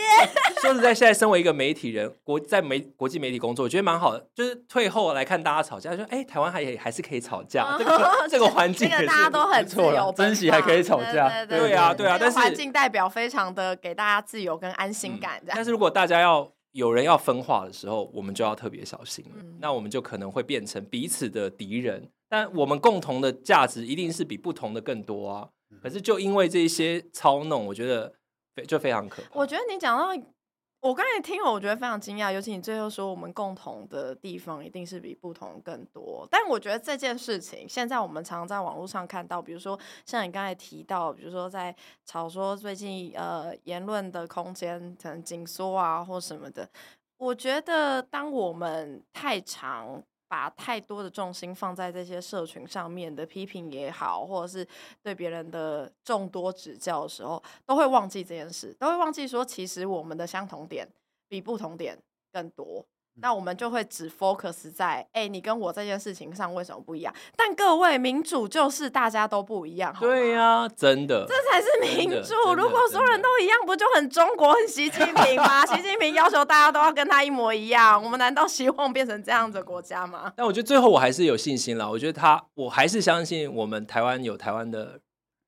S3: 说实在，现在身为一个媒体人，国在媒国际媒体工作，我觉得蛮好的。就是退后来看大家吵架，说哎、台湾还也还是可以吵架，啊 这个这个环境
S1: 啊嗯这
S3: 也
S1: 个
S3: 是
S1: 大家都很自
S2: 错啦
S1: 由奔放，
S2: 珍惜还可以吵架
S1: 对
S3: 对啊对啊
S1: 这个
S3: 但是
S1: 环境代表非常的给大家自由跟安心感，这样。
S3: 嗯但是如果大家要有人要分化的时候，我们就要特别小心了。
S1: 嗯
S3: 那我们就可能会变成彼此的敌人，但我们共同的价值一定是比不同的更多啊。可是就因为这一些操弄，我觉得非就非常可怕。
S1: 我觉得你讲到，我刚才听了，我觉得非常惊讶，尤其你最后说我们共同的地方一定是比不同更多。但我觉得这件事情，现在我们常在网络上看到，比如说像你刚才提到，比如说在吵说最近呃言论的空间可能紧缩啊或什么的，我觉得当我们太常把太多的重心放在这些社群上面的批评也好，或者是对别人的众多指教的时候，都会忘记这件事，都会忘记说，其实我们的相同点比不同点更多。
S3: 嗯
S1: 那我们就会只 focus 在，哎、你跟我这件事情上为什么不一样？但各位，民主就是大家都不一样，好吗啊
S3: 对呀、真的，
S1: 这才是民
S3: 真的
S1: 主
S3: 真。的
S1: 如果所有人
S3: 真的
S1: 都一样，不就很中国、很习近平 吗？习近平要求大家都要跟他一模一样，我们难道希望变成这样子的国家吗？
S3: 但我觉得最后我还是有信心啦。我觉得他，我还是相信我们台湾有台湾的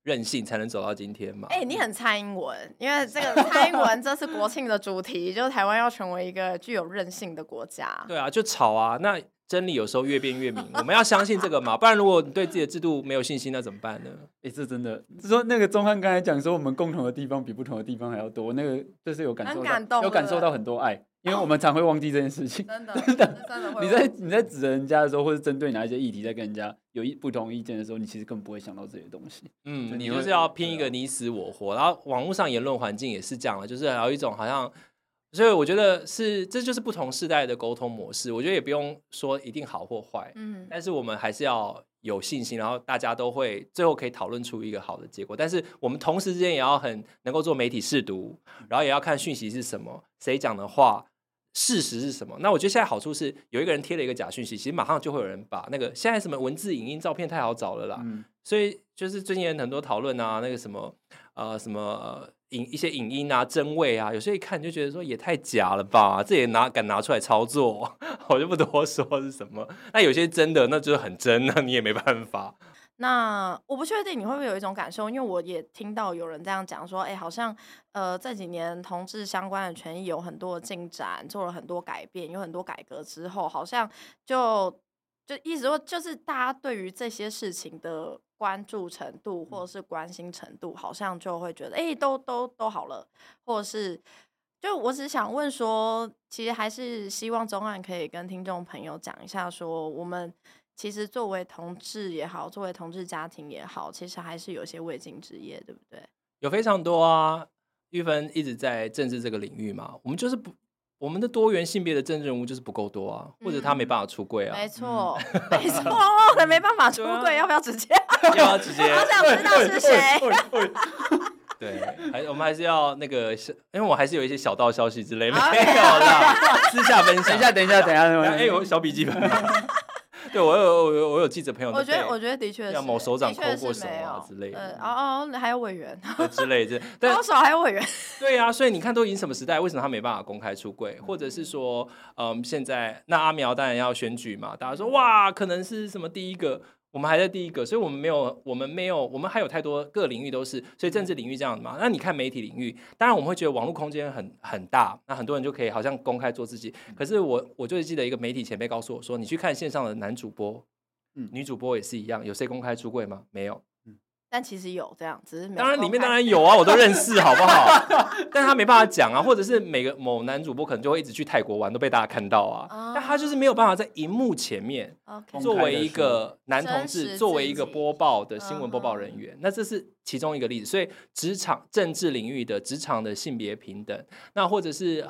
S3: 韧性，才能走到今天嘛。
S1: 哎、你很蔡英文，因为这个蔡英文这次国庆的主题就是台湾要成为一个具有韧性的国家。
S3: 对啊，就吵啊。那真理有时候越辩越明，我们要相信这个嘛，不然如果你对自己的制度没有信心，那怎么办呢？
S2: 哎、这真的，说那个钟汉刚才讲说，我们共同的地方比不同的地方还要多，那个就是有感受
S1: 很
S2: 到，
S1: 感动
S2: 有感
S1: 对不
S2: 受
S1: 对
S2: 到很多爱，因为我们常会忘记这件事 情。
S1: 真的真的真的会
S2: 你
S1: 有
S2: 在你在指责人家的时候，或者针对哪一些议题在跟人家有一不同意见的时候，你其实根本不会想到这些东西。就
S3: 嗯，你
S2: 你
S3: 就
S2: 会
S3: 是要拼
S2: 对
S3: 一
S2: 啊
S3: 个你死我活，然后网络上言论环境也是这样了，就是还有一种好像，所以我觉得是这就是不同世代的沟通模式，我觉得也不用说一定好或坏，
S1: 嗯
S3: 但是我们还是要有信心，然后大家都会最后可以讨论出一个好的结果。但是我们同时之间也要很能够做媒体试读，然后也要看讯息是什么，谁讲的话。事实是什么？那我觉得现在好处是，有一个人贴了一个假讯息，其实马上就会有人把那个现在什么文字、影音、照片太好找了啦，
S2: 嗯，
S3: 所以就是最近很多讨论啊，那个什么呃什么呃影一些影音啊、真伪啊，有些一看就觉得说也太假了吧，这也拿敢拿出来操作， 我就不多说是什么。那有些真的，那就是很真，啊那你也没办法。
S1: 那我不确定你会不会有一种感受，因为我也听到有人这样讲说，哎、好像呃这几年同志相关的权益有很多的进展，做了很多改变，有很多改革之后，好像就就意思说，就是大家对于这些事情的关注程度或者是关心程度，好像就会觉得，哎、都都都好了，或者是。就我只想问说，其实还是希望钟汉可以跟听众朋友讲一下，说我们其实作为同志也好，作为同志家庭也好，其实还是有些未尽之业，对不对？
S3: 有非常多啊，玉芬一直在政治这个领域嘛，我们就是不。我们的多元性别的政治人物就是不够多啊，或者他没办法出柜啊，嗯
S1: 没错，没 错，我没办法出柜，要不要直接？
S3: 要要直接
S1: 好想知道是谁。
S3: 对，还我们还是要那个是，因为我还是有一些小道消息之类，没有
S1: OK，
S3: 啦，私下分享。
S2: 等一啊下，，等一下，等一下，等
S3: 哎、
S2: 一下，
S3: 我有小笔记本。 对我有我有我有记者朋友的
S1: 我
S3: 背，
S1: 觉得，我觉得的确是
S3: 要某首长
S1: 的确
S3: 抠过
S1: 是
S3: 手啊
S1: 没有
S3: 之类的
S1: 呃哦哦，还有委员，
S3: 啊之类的。对
S1: 高手还有委员，
S3: 对呀、所以你看都已经什么时代，为什么他没办法公开出柜，或者是说，嗯，现在那阿苗当然要选举嘛，大家说哇，可能是什么第一个。我们还在第一个，所以我们没有，我们没有，我们还有太多各领域都是，所以政治领域这样嘛。那你看媒体领域，当然我们会觉得网络空间很很大，那很多人就可以好像公开做自己。可是我我就记得一个媒体前辈告诉我说，你去看线上的男主播，
S2: 嗯
S3: 女主播也是一样，有谁公开出柜吗？没有。
S1: 但其实有这样，只是没有
S3: 当然，里面当
S1: 公开
S3: 然有啊，我都认识，好不 好？但他没办法讲啊，或者是每个某男主播可能就会一直去泰国玩，都被大家看到啊
S1: 啊。
S3: 但他就是没有办法在荧幕前面
S1: OK
S3: 作为一个男
S1: 真
S3: 同
S1: 实自
S3: 志，
S1: 己
S3: 作为一个播报的新闻播报
S1: 嗯哼
S3: 人员，那这是其中一个例子。所以职场政治领域的职场的性别平等，那或者是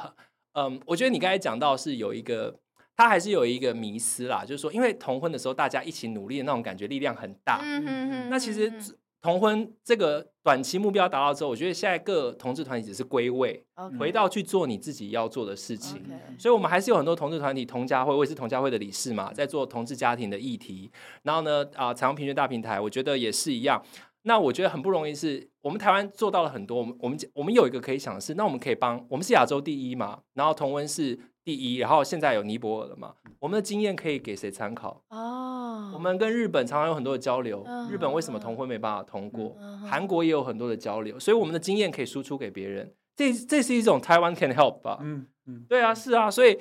S3: 嗯，我觉得你刚才讲到是有一个。他还是有一个迷思啦，就是说，因为同婚的时候，大家一起努力的那种感觉，力量很大。
S1: 嗯哼哼，
S3: 啊那其实
S1: 嗯
S3: 同婚这个短期目标达到之后，我觉得现在各同志团体只是归位，
S1: OK，
S3: 回到去做你自己要做的事情。
S1: OK
S3: 所以，我们还是有很多同志团体，同家会，我也是同家会的理事嘛，在做同志家庭的议题。然后呢，啊、彩虹平权大平台，我觉得也是一样。那我觉得很不容易是，我们台湾做到了很多。我们我们我们有一个可以想的是，那我们可以帮我们是亚洲第一嘛，然后同温是第一，然后现在有尼泊尔了嘛，我们的经验可以给谁参考？
S1: 哦，
S3: 我们跟日本常常有很多的交流，
S1: 嗯
S3: 日本为什么同婚没办法通过
S1: 嗯？哼
S3: 韩国也有很多的交流，所以我们的经验可以输出给别人，这这是一种台湾 can help 吧？
S2: 嗯嗯，
S3: 对啊，是啊，所以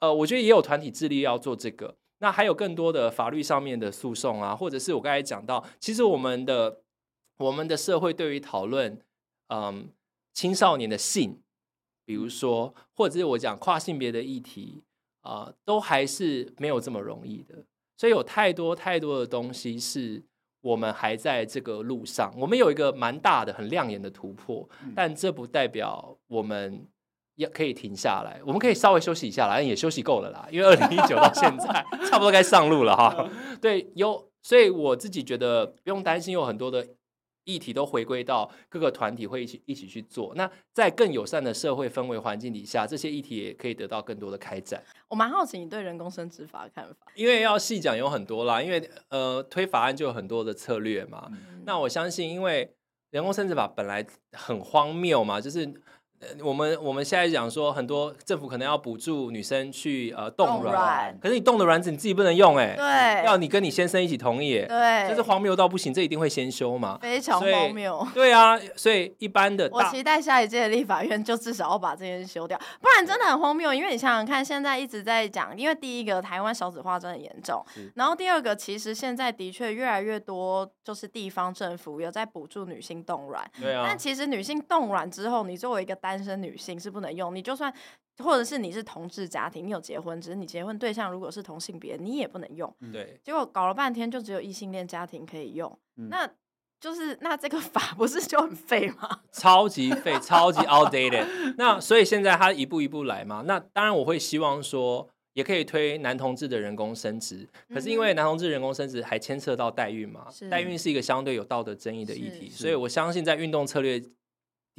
S3: 呃，我觉得也有团体智力要做这个。那还有更多的法律上面的诉讼啊，或者是我刚才讲到，其实我们的我们的社会对于讨论，嗯，青少年的性，比如说，或者是我讲跨性别的议题啊、都还是没有这么容易的。所以有太多太多的东西是我们还在这个路上。我们有一个蛮大的、很亮眼的突破，但这不代表我们要可以停下来，我们可以稍微休息一下啦，但也休息够了啦，因为二零一九到现在差不多该上路了哈。对，有，所以我自己觉得不用担心，有很多的。议题都回归到各个团体会一起一起去做，那在更友善的社会氛围环境底下，这些议题也可以得到更多的开展。
S1: 我蛮好奇你对人工生殖法的看法。
S3: 因为要细讲有很多啦，因为呃推法案就有很多的策略嘛。那我相信，因为人工生殖法本来很荒谬嘛，就是呃我们我们现在讲说，很多政府可能要补助女生去呃冻
S1: 冻
S3: 卵，
S1: 卵
S3: 可是你冻的卵子你自己不能用哎、要
S1: 嗯对
S3: 你跟你先生一起同意哎、
S1: 对，
S3: 这是荒谬到不行，这一定会先修嘛？
S1: 非常
S3: 所以
S1: 荒谬。
S3: 对啊，所以一般的
S1: 我
S3: 大
S1: 期待下一届的立法院就至少要把这件事修掉，不然真的很荒谬。因为你想想看，现在一直在讲，因为第一个台湾少子化真的严重
S2: 是，
S1: 然后第二个其实现在的确越来越多就是地方政府有在补助女性冻卵，
S3: 对啊
S1: 但，其实女性冻卵之后，你作为一个单身女性是不能用，你就算或者是你是同志家庭，你有结婚，只是你结婚对象如果是同性别，你也不能用。
S3: 对
S1: 结果搞了半天，就只有异性恋家庭可以用，
S2: 嗯
S1: 那就是那这个 法不是就很废吗？
S3: 超级废， 超级 outdated。那所以现在他一步一步来嘛。那当然我会希望说，也可以推男同志的人工生殖，可是因为男同志人工生殖还牵涉到代孕嘛
S1: 嗯是，
S3: 代孕是一个相对有道德争议的议题，
S1: 是
S3: 所以我相信在运动策略底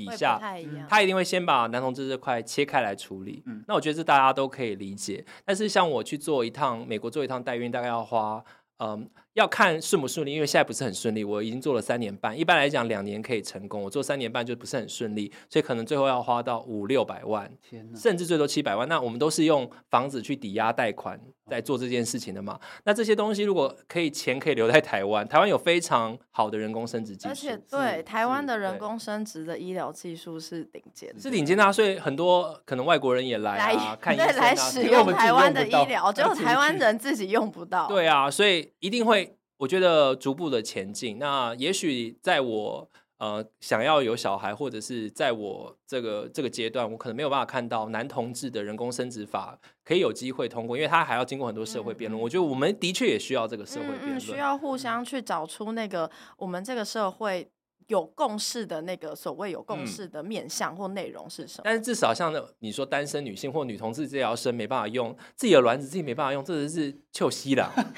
S1: 会不
S3: 下，
S1: 太一样，
S3: 他一定会先把男同志这块切开来处理。
S2: 嗯
S3: 那我觉得这大家都可以理解。但是像我去做一趟美国做一趟代孕，大概要花。嗯，要看顺不顺利，因为现在不是很顺利。我已经做了三年半，一般来讲两年可以成功，我做三年半就不是很顺利，所以可能最后要花到五六百万，
S2: 天哪，
S3: 甚至最多七百万。那我们都是用房子去抵押贷款在做这件事情的嘛。那这些东西如果可以钱可以留在台湾，台湾有非常好的人工生殖技术，
S1: 而且对台湾的人
S3: 对
S1: 工生殖的医疗技术是顶尖的，
S3: 是顶尖纳税，很多可能外国人也来啊，看医生
S1: 对
S3: 啊
S1: 来
S3: 什
S1: 使
S3: 么的
S2: 因为我
S1: 用
S2: 们自己
S1: 台湾的
S2: 用
S1: 医
S2: 不到
S1: 疗，只有台湾人自己用不到。
S3: 对啊，所以一定会，我觉得逐步的前进。那也许在我呃想要有小孩，或者是在我这个这个阶段，我可能没有办法看到男同志的人工生殖法可以有机会通过，因为他还要经过很多社会辩
S1: 嗯
S3: 论。
S1: 嗯
S3: 我觉得我们的确也需要这个社会
S1: 嗯
S3: 辩
S1: 嗯，
S3: 论，
S1: 需要互相去找出那个我们这个社会有共识的那个所谓有共
S3: 嗯
S1: 识的面向或内容是什么。
S3: 但是至少像那你说单身女性或女同志这条生没办法用，自己的卵子自己没办法用，这真是臭西啦，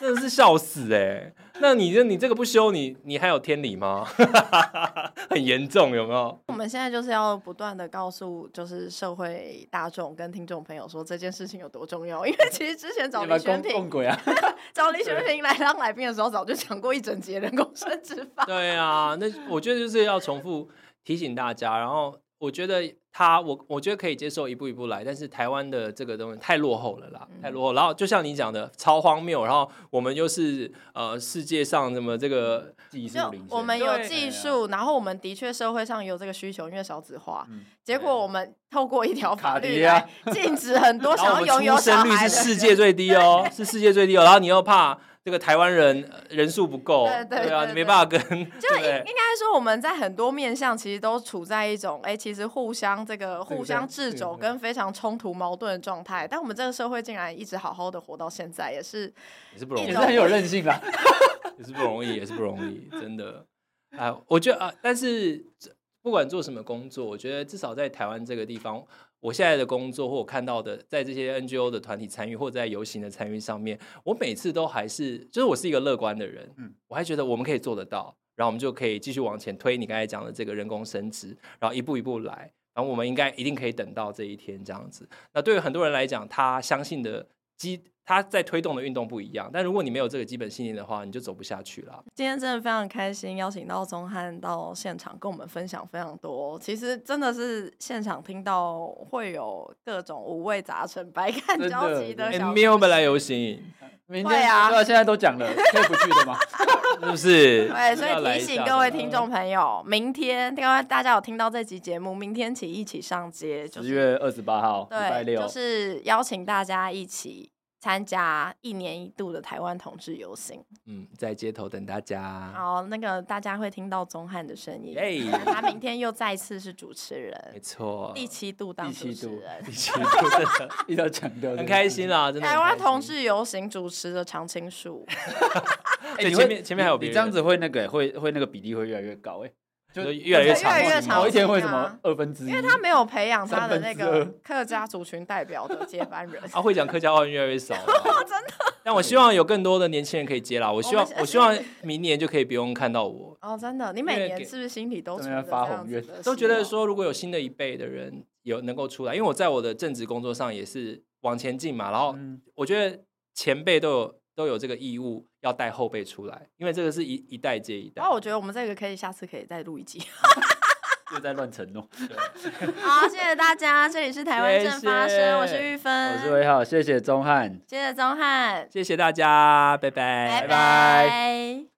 S3: 真的是笑死哎、那你这你这个不修，你你还有天理吗？ 很严重有没有？
S1: 我们现在就是要不断的告诉，就是社会大众跟听众朋友说这件事情有多重要。因为其实之前找
S2: 你们
S1: 李轩
S2: 共
S1: 平
S2: 共，轨 啊，
S1: 找李轩平来当来宾的时候，早就讲过一整节人工生殖法。
S3: 对啊，那我觉得就是要重复提醒大家，然后我觉得他我我觉得可以接受一步一步来，但是台湾的这个东西太落后了啦，太落后。然后就像你讲的超荒谬，然后我们又是呃世界上什么这个。
S2: 技术
S1: 就
S2: 领先
S1: 我们有
S3: 对
S1: 技
S2: 啊
S1: 术，然后我们的确社会上有这个需求，因为少子化。
S2: 嗯
S1: 结果我们透过一条法
S2: 卡
S1: 律
S2: 迪啊
S1: 来禁止很多
S3: 然后
S1: 想
S3: 我
S1: 要拥
S3: 们
S1: 有
S3: 出
S1: 小
S3: 生率
S1: 孩
S3: 是
S1: 的
S3: 世界最低哦， 是世界最低哦。然后你又怕这个台湾人呃人数不够，
S1: 对对
S3: 啊，
S1: 对
S3: 你
S1: 对
S3: 没办法跟，
S1: 就
S3: 对
S1: 应
S3: 不
S1: 应
S3: 对？
S1: 该说，我们在很多面向其实都处在一种，哎、其实互相这个
S2: 对
S1: 互相
S2: 对
S1: 掣肘
S2: 对
S1: 跟非常冲突矛盾的状态。但我们这个社会竟然一直好好的活到现在，也是
S3: 也是不容易，
S2: 也
S1: 一
S2: 是
S1: 种
S2: 很有韧性啦。
S3: 也是不容易，也是不容易，真的。哎、我觉得啊、但是这不管做什么工作，我觉得至少在台湾这个地方，我现在的工作或我看到的，在这些 NGO 的团体参与或在游行的参与上面，我每次都还是，就是我是一个乐观的人，
S2: 嗯
S3: 我还觉得我们可以做得到，然后我们就可以继续往前推你刚才讲的这个人工生殖，然后一步一步来，然后我们应该一定可以等到这一天这样子。那对于很多人来讲，他相信的基，他在推动的运动不一样。但如果你没有这个基本信念的话，你就走不下去了。
S1: 今天真的非常开心，邀请到钟汉到现场跟我们分享非常多。其实真的是现场听到会有各种五味杂陈、百感
S2: 真的
S1: 交集的
S2: 哎
S1: 小故
S3: 没有
S1: 事
S3: 本来游行，
S2: 明
S1: 会
S2: 天
S1: 啊
S2: 对啊，现在都讲了，可以不去的吗？
S3: 是不是？
S1: 对，所以
S3: 要来
S1: 提
S3: 一
S1: 醒
S3: 下
S1: 各位
S3: 的嗯
S1: 听众朋友，明天各位大家有听到这集节目，明天起一起上街， 就
S2: 十
S1: 是
S2: 月二十八号，礼拜
S1: 对，
S2: 六
S1: 就，是邀请大家一起参加一年一度的台湾同志游行。
S3: 嗯，在街头等大家。
S1: 好，那个大家会听到钟汉的声音，
S3: 嗯耶，
S1: 他明天又再次是主持
S3: 没
S1: 人，
S3: 错，
S1: 第七度当
S2: 第
S1: 主
S2: 七
S1: 持
S2: 度
S1: 人，
S2: 第。七度，真的一定要强调，
S3: 很开心。啦，真的很
S1: 台湾
S3: 开
S1: 同
S3: 心。
S1: 志游行主持的常青树，
S2: 哎，
S3: 对
S2: 你
S3: 前
S2: 会
S3: 面前面还有
S2: 你
S3: 别人
S2: 你这样子会那个会会那个比例会越来越高，哎，
S3: 就越来越
S1: 越来越长
S2: 某一天会什
S1: 啊
S2: 么二分之一？
S1: 因为他没有培养他的
S2: 三
S1: 那
S2: 分之
S1: 个
S2: 二
S1: 客家族群代表的接班人。
S3: 啊，会讲客家话越来越少， 真的。但我希望有更多的年轻人可以接啦。我希望
S1: 我，们
S3: 我希望明年就可以不用看到我。
S1: 哦，真的，你每
S3: 因为
S1: 年
S3: 给
S1: 是不是心里都
S2: 在
S1: 存
S2: 那
S1: 着
S2: 边发
S1: 这样
S2: 宏
S1: 子
S2: 愿
S1: 的
S3: 都
S1: 希
S3: 觉得
S1: 望
S3: 说，如果有新的一辈的人有能够出来，因为我在我的正职工作上也是往前进嘛，然后
S2: 嗯
S3: 我觉得前辈都有都有这个义务要带后
S1: 哦
S3: 辈出来，因为这个是一一代接一代
S1: 然。后我觉得我们这个可以下次可以再录一集，
S2: 又在乱承诺。
S1: 好，谢谢大家，这里是台湾正发生，
S2: 谢谢
S1: 我是玉芬，
S2: 我是威浩，谢谢钟汉。
S1: 谢谢钟汉，
S3: 谢谢大家，拜拜
S1: 拜拜